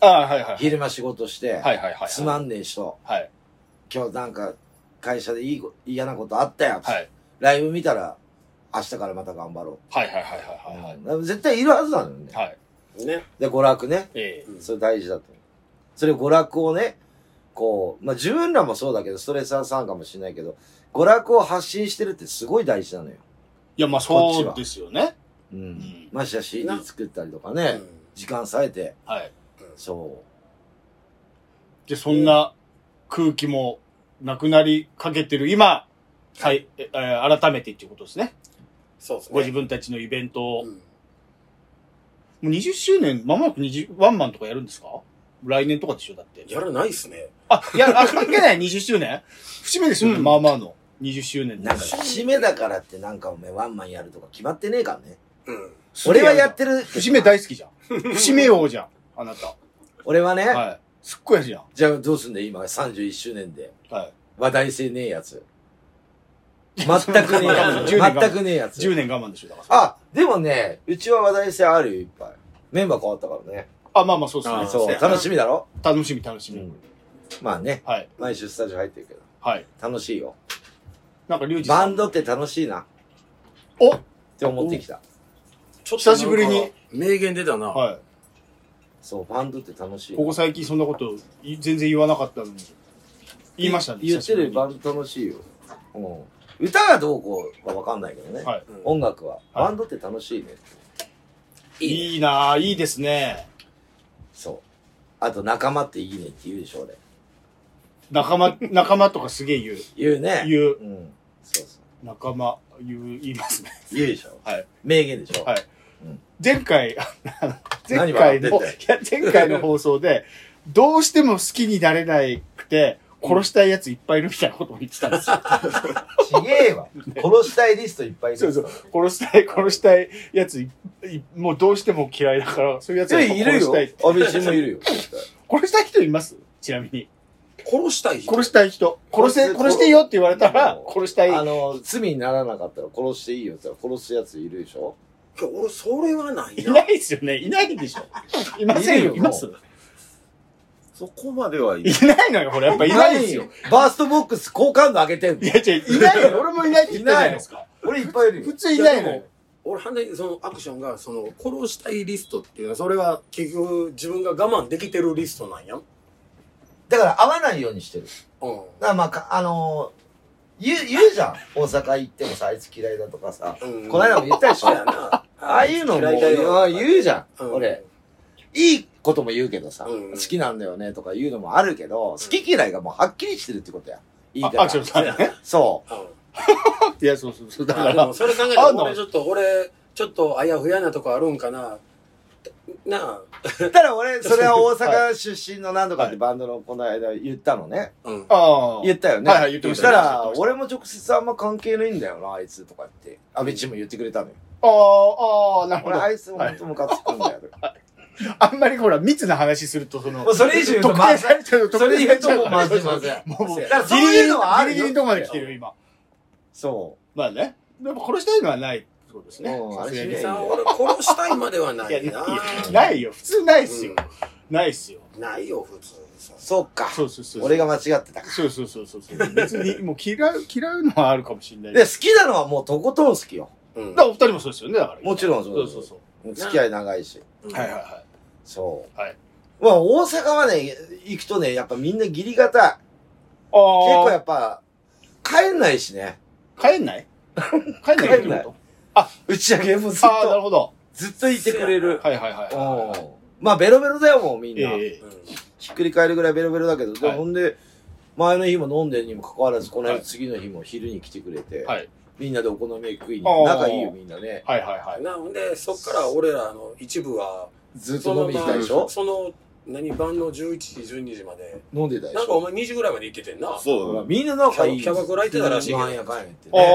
B: ああ、はいはい。
A: 昼間仕事して、
B: はいはいはい。
A: つま
B: ん。
A: んねえ人
B: はい。
A: 今日なんか会社でいいこ嫌なことあったよ、
B: はい。
A: ライブ見たら明日からまた頑張ろ
B: はいはいはいは
A: う、
B: いはい。
A: うん絶対いるはずなのよね、
B: はい。
C: ね
A: で娯楽ね
B: ええ
C: うん
A: それ大事だと思うそれ娯楽をねこうまあ自分らもそうだけどストレス発散かもしれないけど娯楽を発信してるってすごい大事なのよ、
B: いや、まあそうですよね。
A: うん
B: ん
A: ましてや CD 作ったりとかね、
C: うん
A: 時間割いて
B: はい。
A: そう
B: で、そんな空気もなくなりかけてる今、はい、ええ改めてっていうことですね。
C: そうですね
B: ご自分たちのイベントを。
C: う
B: も
C: ん
B: う20周年、まもなく20、ワンマンとかやるんですか来年とかでしょだって。
C: やらないっすね
B: あ、いや、あ関係ない、20周年節目ですよね、
A: うん
B: まあまあの。20周年
A: なんか節目だからってなんかおめえワンマンやるとか決まってねえからね
C: うん
A: 俺はやって
B: る。
A: る
B: 節目大好き じゃん。節目王じゃん、あなた。
A: 俺はね、
B: はい。すっごいやるじゃん。
A: じゃあどうすんだよ今31周年で
B: はい。
A: 話題性ねえやつ。全くねえ やつ。
B: 10年間
A: 全くねえやつ。
B: 10年我慢でしょ、だから。
A: あ、でもね、うちは話題性あるよ、いっぱい。メンバー変わったからね。
B: あ、まあまあ、そうです
C: あ
B: ね。
C: ー
A: そう、
C: そうやな
A: 楽しみだろ
B: 楽しみ、楽し
A: う
B: み。
A: ん。まあね、
B: はい。
A: 毎週スタジオ入ってるけど、
B: はい。
A: 楽しいよ。
B: なんか、リュウジさ
A: バ
B: ん。
A: ンドって楽しいなっ
B: お
A: て思ってきた。
C: ちょっと
B: 久しぶりに
C: なんか名言出たな、
B: は
A: そう、バンドって楽しい
B: い。
A: よ。
B: ここ最近そんなことい全然言わなかったのに。言いましたね。
A: 言ってるよバ
B: は
A: ンド楽しいよ。うん。歌がどうこうはわかんないけどね。
B: い。
C: うん
A: 音楽は。バンドって楽しいね。
C: いいね
B: いいなぁ、いいですね。
A: そう。あと、仲間っていいねって言うでしょ、俺。
B: 仲間、仲間とかすげえ言う。
A: 言うね。
B: 言う
A: うん。そうそう。
B: 仲間、言う、言いますね。
A: 言うでしょ
B: はい。
A: 名言でしょ
B: はい
A: うん。
B: 前回、前
A: 何笑
B: 回
A: ってん
B: の、い
A: だよ
B: や、前回の放送で、どうしても好きになれなくて、殺したいやついっぱいいるみたいなことを言ってたんですよ。
F: ちげえ わ。殺したいリストいっぱいいる。
B: そうそう。殺したい、殺したいやつい、いもうどうしても嫌いだから、そういうやつを殺
A: いるよ。
B: したい
A: 安。倍晋もい るよ。
B: 殺したい人いますちなみに。
C: 殺したい人
B: 殺したい人。殺せ、殺していいよって言われたら、殺したい。
A: あの、罪にならなかったら殺していいよって言ったら殺すやついるでしょ
C: 俺それはない
B: い
C: な
B: ないですよね。いないでしょ。いませんよ。
A: いるよ
B: います
D: そこまではいい。
B: いないのよ、これ。やっぱいないですよ。。
A: バーストボックス好感度上げてん
B: い
A: の
B: や、違う、いないよ。俺もいないって言ったじゃないですか。
A: 俺いっぱいいる
B: 普
A: よ。
B: 通いないのよ。
C: 俺反対にそのアクションがその殺したいリストっていうのはそれは結局自分が我慢できてるリストなんやん
F: だから会わないようにしてる。
C: うん
F: だからまあ、かあのー言う、言うじゃん。大阪行ってもさ、あいつ嫌いだとかさ。
C: うん
F: この間も言ったでし
C: そう
F: ょ。
C: やな あ
A: ああいうのも
C: 嫌いだよ
A: あ言うじゃん、
C: うん
A: 俺。いいことも言うけどさ、
C: うん
A: 好きなんだよねとか言うのもあるけど、好き嫌いがもうはっきりしてるってことや。いいか
B: あア
A: ら
B: クシ。ョン さんね。
A: そ
C: うん
B: いや、そうそうそう。だか
C: あで
B: ら
C: も、それ考えたら
B: あんの
C: 俺ちょっと俺ちょっとあやふやなとこあるんかななあ
A: う。ただ俺、それは大阪出身の何とかってバンドのこの間言ったのね。
C: うん
B: ああ。
A: 言ったよね。
B: はいはい言ってました
A: そしたら、俺も直接あんま関係ないんだよな、あいつとかって。安倍チも言ってくれたのよ。
B: ああ、ああ、なるほ
A: 俺、
B: ど。
A: あいつも本当ムカつくんだよ。
B: あんまりほら、密な話すると、その
F: もう、それ以上言うと、
B: 特
F: まあ
B: 定、されちゃう、
F: そ
B: 特
F: れ
B: 定
F: 以
B: さ
F: 上
B: れちゃ
F: 言う
B: う
F: と、
B: か
F: ま
B: ら。
F: ずいまずい。だ
B: もうもう、ギ
F: からそう
B: リギ
F: い
B: リ
F: うのはある
B: ギリ
F: よ
B: ギリ。のとこまで来てるよ、今。
A: そ
B: まあね。でも殺したいのはないってことですね
A: う。ん
B: さすが
A: あれ
B: に
A: しない
C: さあ俺殺したいまではない
B: いや、い
C: な
B: やないよ。普通ないっすよ。ないっすよ。
C: うんないよ普通さ
A: う。そっか。
B: そうそうそう。
A: 俺が間違ってたか
B: そうそうそうそうそう。別に、もう嫌う、嫌うのはあるかもしれない
A: ら。
B: けど。
A: で、好きなのはもうとことん好きよ。
C: うん
B: だからお二人もそうですよね、だから。
A: もちろんそ
B: そうう
A: です
B: そうそ
A: もう付き合い長いし。
C: うん
B: う。はいはいは
A: そう。
B: はい。
A: まあ、大阪はね、行くとね、やっぱみんな義理堅い。結構
B: い。
A: や
B: あ
A: っぱ、帰んないしね。
B: あ、帰んない帰んないって
A: 帰んない
B: こと
A: 打ち上げもずっ
B: ああ、な
A: と、
B: るほど。
A: ずっといてくれる。
B: はいはいはい
A: うん
B: はい。。
A: まあ、ベロベロだよ、もうみん
B: え
A: な。
B: え
C: うん
A: ひっくり返るぐらいベロベロだけど、で
B: はい
A: ほんで、前の日も飲んでるにもかかわらず、この
B: は
A: 間
B: い
A: 次の日も昼に来てくれて、
B: はい
A: みんなでお好み焼き食いに
B: あー
A: 仲いいよ、みんなね。
B: はいはいはい。
C: なほんでそっから俺らの一部は
A: ずっと飲みに行ったでしょ
C: その何晩の11時12時まで
A: 飲んでたでし
C: なんかお
A: ょ
C: 前2時ぐらいまで行っててんな
D: そう
A: ほら
D: だね。
A: みんな仲いい。
C: キャバクラ行ってたらしいけど
A: なんやかんや言ってね。
B: ああ、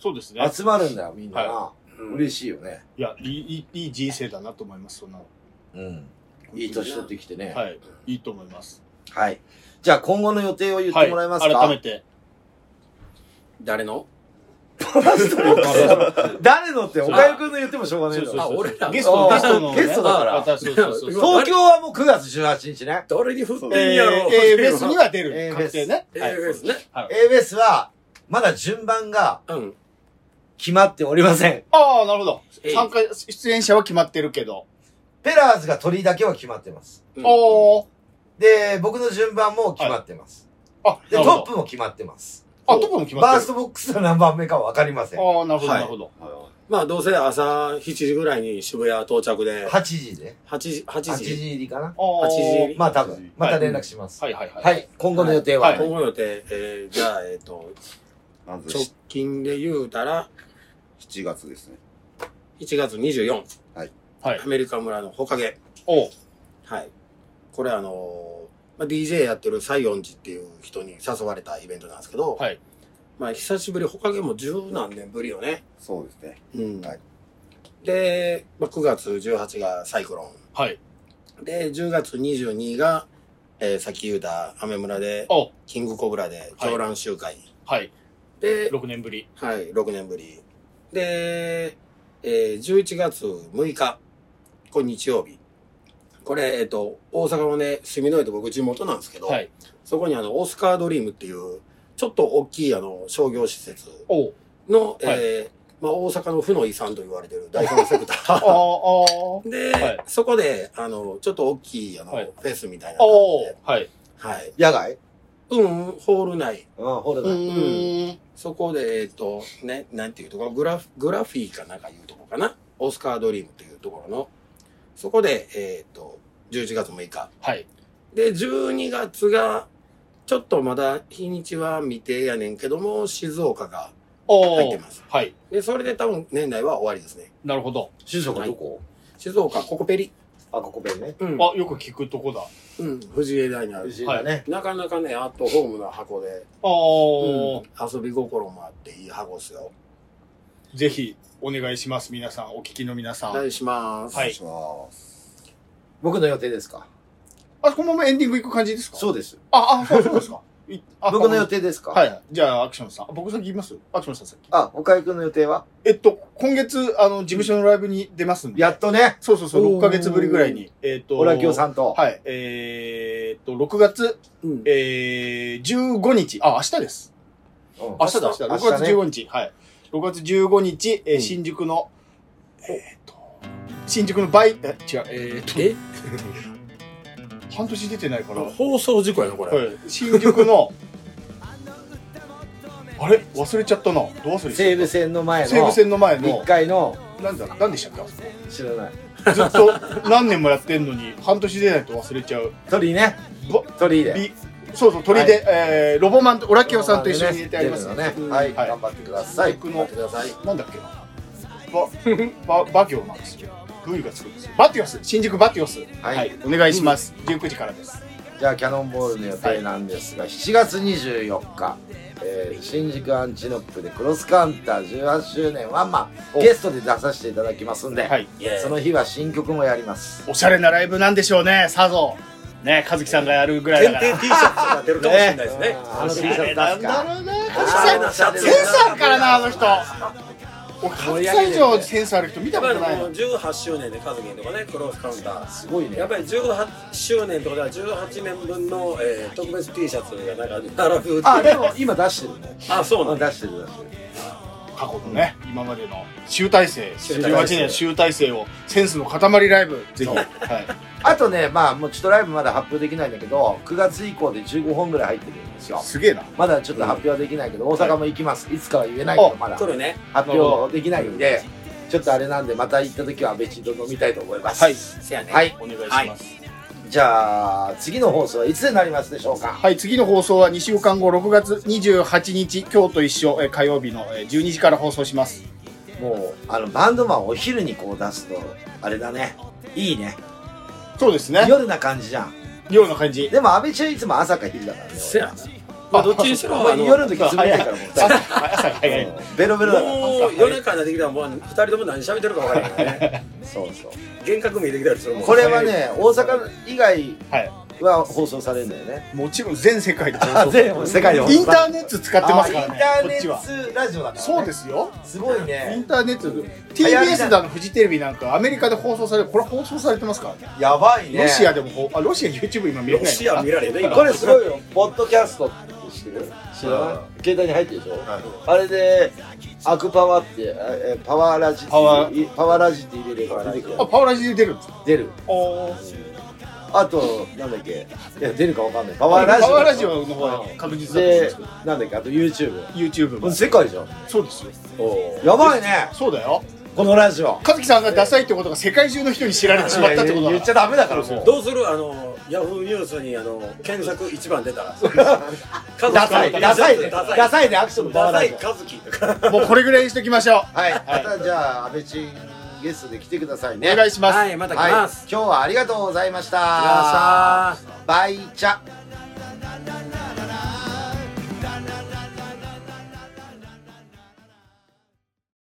B: そうですね。
A: 集まるんだよ、みんなな。
C: うん
A: 嬉しいよね。
B: いや、いい、いいいい人生だなと思います、そんなの。
A: うん。いい年取ってきてね。はい。
B: はい。いいと思います。
A: じゃあ今後の予定を言ってもらえますか、
B: はい、改めて。
C: 誰の
A: 誰のって、岡井くんの言ってもしょうがないんだ
B: そうそう
A: ろ。
C: あ俺ら
B: ゲスト、
A: あー
B: ゲストのね。
A: ゲストだから
B: またそうそうそう。
C: そう
A: 東京はもう9月18日ね。
C: 誰に振ってん
B: え
C: やろ
B: ー、えー、ベースには出
A: え
B: る。
A: ー
B: 確定ね。
C: えー
B: はい
C: ベースね。
A: ABS は、まだ順番が
C: うん
A: 決まっておりません。
B: ああ、なるほど。
C: えい
B: 参加、出演者は決まってるけど。
A: ペラーズが鳥だけは決まってます。
C: うん
B: おお。
A: で、僕の順番も決まってます。
B: あ、
A: で、
B: な
A: ト
B: るほ
A: ッ
B: ど
A: プも決まってます。
B: あ、トップも決ま
A: バ
B: っ
A: ー
B: て
A: ス
B: る。
A: トボックスの何番目かはわかりません。
B: ああ、なるほど、
A: はい
B: なるほど。
C: まあどうせ朝7時ぐらいに渋谷到着で
A: 8時で。
C: 8時8
A: 8
C: 時
A: 時入りかな。
B: ああ。
C: 8時
A: まあ多分。また連絡します。
B: はいはいはい。
A: はい。今後の予定は、
B: はい
C: 今後予定、えー、じゃあえっ、と
D: まず
C: 直近で言うたら
D: 7月ですね。
C: 1月24
B: はい
C: ア。メリカ村のほかげ
B: おう
C: はい。これあのーまあ、DJ やってる西園寺っていう人に誘われたイベントなんですけど、
B: はい。
C: まあ久しぶり、ほかげも十何年ぶりよね。
D: そうですね。
C: うん。
D: はい
C: で、まあ、9月18日がサイクロ
B: はい。
C: ン。で、10月22日が、えー、さっき言うた雨村で、
B: おう
C: キングコブラで
B: はい
C: 狂乱集会。
B: はい。
C: で、
B: 6年ぶり。
C: はい、6年ぶり。で、えー、11月6日、これ日曜日。これ、えっ、と、大阪のね、住之江と僕地元なんですけど、
B: はい。
C: そこにあの、オスカードリームっていう、ちょっと大きいあの、商業施設
B: おう
C: の、
B: はい
C: えーまあ、大阪の負の遺産と言われてる第三セクタ
B: ああ、あ あ
C: ー。。 で、
B: はい
C: そこで、あの、ちょっと大きい、あの、
B: はい
C: フェスみたいな感
B: お
C: じ
B: う
C: で。
B: はい。
C: はい。
A: 野外
C: うん、ホール内。
A: うん、ほら
B: う
A: な。
B: ーん。
C: そこで、えっ、と、ね、なんていうところ、グラフ、グラフィーかなんかいうとこかな。オスカードリームというところの、そこで、えっ、と、11月6日。
B: はい。
C: で、12月が、ちょっとまだ日にちは未定やねんけども、静岡が入っ
B: お
C: て
B: う
C: ます。
B: はい。
C: で、それで多分年内は終わりですね。
B: なるほど。
A: 静岡どこ
C: 静岡、ココペリ。
B: あ
A: あ、ここ弁ね。
C: うん
B: あ、よく聞くとこだ。あ
C: うん、藤枝にある。
A: 藤枝ね。
C: なかなかね、アットホームな箱で、
B: ー、
C: 遊び心もあっていい箱ですよ。
B: ぜひお願いします。皆さん、お聞きの皆さ
C: お
B: ん。
C: 願いします。
D: お
B: は
D: 願い
B: い。
D: します。
A: 僕の予定ですか
B: あ、このままエンディングいく感じですか
A: そうです。
B: あ、あ、そうそ うですか。いあ
A: 僕の予定ですか。
B: はいい。じゃあ、アクションさん。あ僕先言いますアクションさん先。
A: あ、岡井くんの予定は
B: えっと、今月、あの、事務所のライブに出ますんで。
A: やっとね、
B: そうそうそう、6ヶ月ぶりぐらいに。えっと、
A: オラキオさんと。
B: はい。えーっと、6月、
C: うん
B: えー、15日。あ、明日です。
A: うん
B: 明日だ、明日だ。
A: 明
B: 6
A: 日ね
B: 月15日。はい。6月15日、えー
A: うん
B: 新宿の、えーっと、新宿のバイ、え、違う、えーっと、
C: え
B: 半年出てないから。は
C: 放送事故やな、これ。
B: い。新宿の、 あれ忘れちゃったな。どう忘れち
A: 西
B: ゃった
A: 武線の前の。
B: 西武線の前の
A: 1、階の、
B: なんだ、なんでしたっけあそこ
A: 知らない。
B: ずっと何年もやってんのに、半年出ないと忘れちゃう。
A: 鳥居ね
B: ぼ。
A: 鳥居で。
B: びそうそう、鳥で、
A: は
B: えーロボマンと、オラキオさんと一緒に入れてあります
A: 出
B: の
A: る
B: で、
A: のね
C: うん
A: はい。
B: はい
A: 頑張ってください。
B: 僕の
A: 頑張ってください。
B: なんだっけな。バ、バ、バ行なんですよ。V がつくんですよ。バティオス、新宿バティオス。はい、お願いします。19時からです。
A: じゃあキャノンボールの予定なんですが、7月24日、えー新宿アンチノップでクロスカウンター18周年ワンマン
B: お
A: ゲストで出させていただきますんで、
B: はい。
C: イェイ
A: その日は新曲もやります。
B: おしゃれなライブなんでしょうね、さぞ。ね、和樹さんがやるぐらいだ
C: 限
B: か
C: 定
B: ら。
C: T シャツとか出るかもしれないですね。
A: あーあの T シャ
B: おしゃ
A: ツ
B: れ
A: 出
B: なん
A: す
B: だ
A: か。
B: ろうな。
A: あー
B: 和樹さん、センスあるからな、あの人。俺、和樹さん以上センスある人見
C: や
B: た
C: っ
B: こ
C: ぱ
B: とな
C: り
B: い
C: もう
B: な。
C: 18周年でカズキンとかね、クロスカウンター。
A: すごいね
C: やっ。ぱり18周年ってことは18年分の、えー特別 T シャツがなんか並ぶっていう
A: あ、でも今出してるね。
C: あ、そうなんだ。
A: 出してる出してる。
B: 過去のね、今までの集大成、
C: 集
A: 大成
B: 18年集大成を、センスの塊ライブ、ぜひ。はい。
A: あとね、まあもうちょっとライブまだ発表できないんだけど、9月以降で15本ぐらい入ってるんですよ。
B: すげえな。
A: まだちょっと発表はできないけど、大阪も行きます。いつかは言えないけど、まだ。
C: 来るね。
A: 発表できないんで、ちょっとあれなんで、また行った時は別に飲みたいと思います。
B: はい。
C: せやね。
A: はい。
B: お願いします。
A: じゃあ、次の放送はいつになりますでしょうか
B: はい、次の放送は2週間後、6月28日、今日と一緒、えー火曜日のえー12時から放送します。
A: もう、あの、バンドマンお昼にこう出すと、あれだね。いいね。
B: そうですね。
A: 夜な感じじゃん。
B: ような感じ。
A: でも、安倍ちゃんいつも朝か昼だからね。
C: せやね。まあ、どっちにしろ、
A: お
C: あの、
A: 前夜の時冷たいから、もう
B: 朝が朝が早い。
A: うんベロベロだから。
C: もう夜中になってきたら、もう二人とも何喋ってるか分からないからね。
A: そうそう。
C: 幻覚見えてきたりするもんね
A: これはね、大阪以外
B: はい
A: は放送されるんだよね。
B: もちろん全世界 で放
A: あ、
B: 送。
A: 全部世界で放送
B: インターネット使ってますからね、
A: あイン
B: こっち
A: タ
B: は。
A: ーネットラジオだから、ね。
B: そうですよ。
A: す。ごい
B: イン
A: ね。
B: ターネットで。
A: 早い
B: TBS だのフジテレビなんかアメリカで放送される、これ放送されてますからね。
A: やばいね。
B: ロシアでもほ、あ、ロシア YouTube 今見れないの
C: ロ
B: かな
C: シア見られね、今。
A: これすごいよ。ポッドキャストって知ってる知らない携帯に入ってるでしょ
D: はい
A: あれで、アクパワって、あえパワーラジって
B: パワ
A: いパワーラジって入れれば出てくる
B: あ、。パワラジで出るんですか
A: 出る。
B: おー。
A: あと、なんだっけ。いや、出るかわかんない。パ
B: パ
A: ワーラジオ。
B: ワラジオの方は確実だと思うんで
A: です
B: けど、
A: なんだっけ、あと YouTube。
B: YouTube
A: こ
B: も
A: れ。世界じゃん。
B: そうですよ。
A: やばいね。
B: そうだよ。
A: このラジオ。
B: 和樹さんがダサいってことが世界中の人に知られてしまったってことだ
A: 言っちゃダメだから、
B: そう
A: もう。
C: どうするあの、ヤフーニュースに、あの、検索一番 出たら。
A: ダサい、ダサいね。
C: ダサい。
A: ダサいね、アクションのパワー
C: ダ
A: ラ
C: サ
A: ジ
C: い
A: オ。
C: カズキとか。
B: もうこれぐらいにしときましょう
A: はい。またじゃあ、安倍ちんゲストで来てくださいね。
B: お願いします、
C: はい、また来ます。
A: 今日はありがとうございました。
C: よっしゃー
A: バイチャ。
B: バイ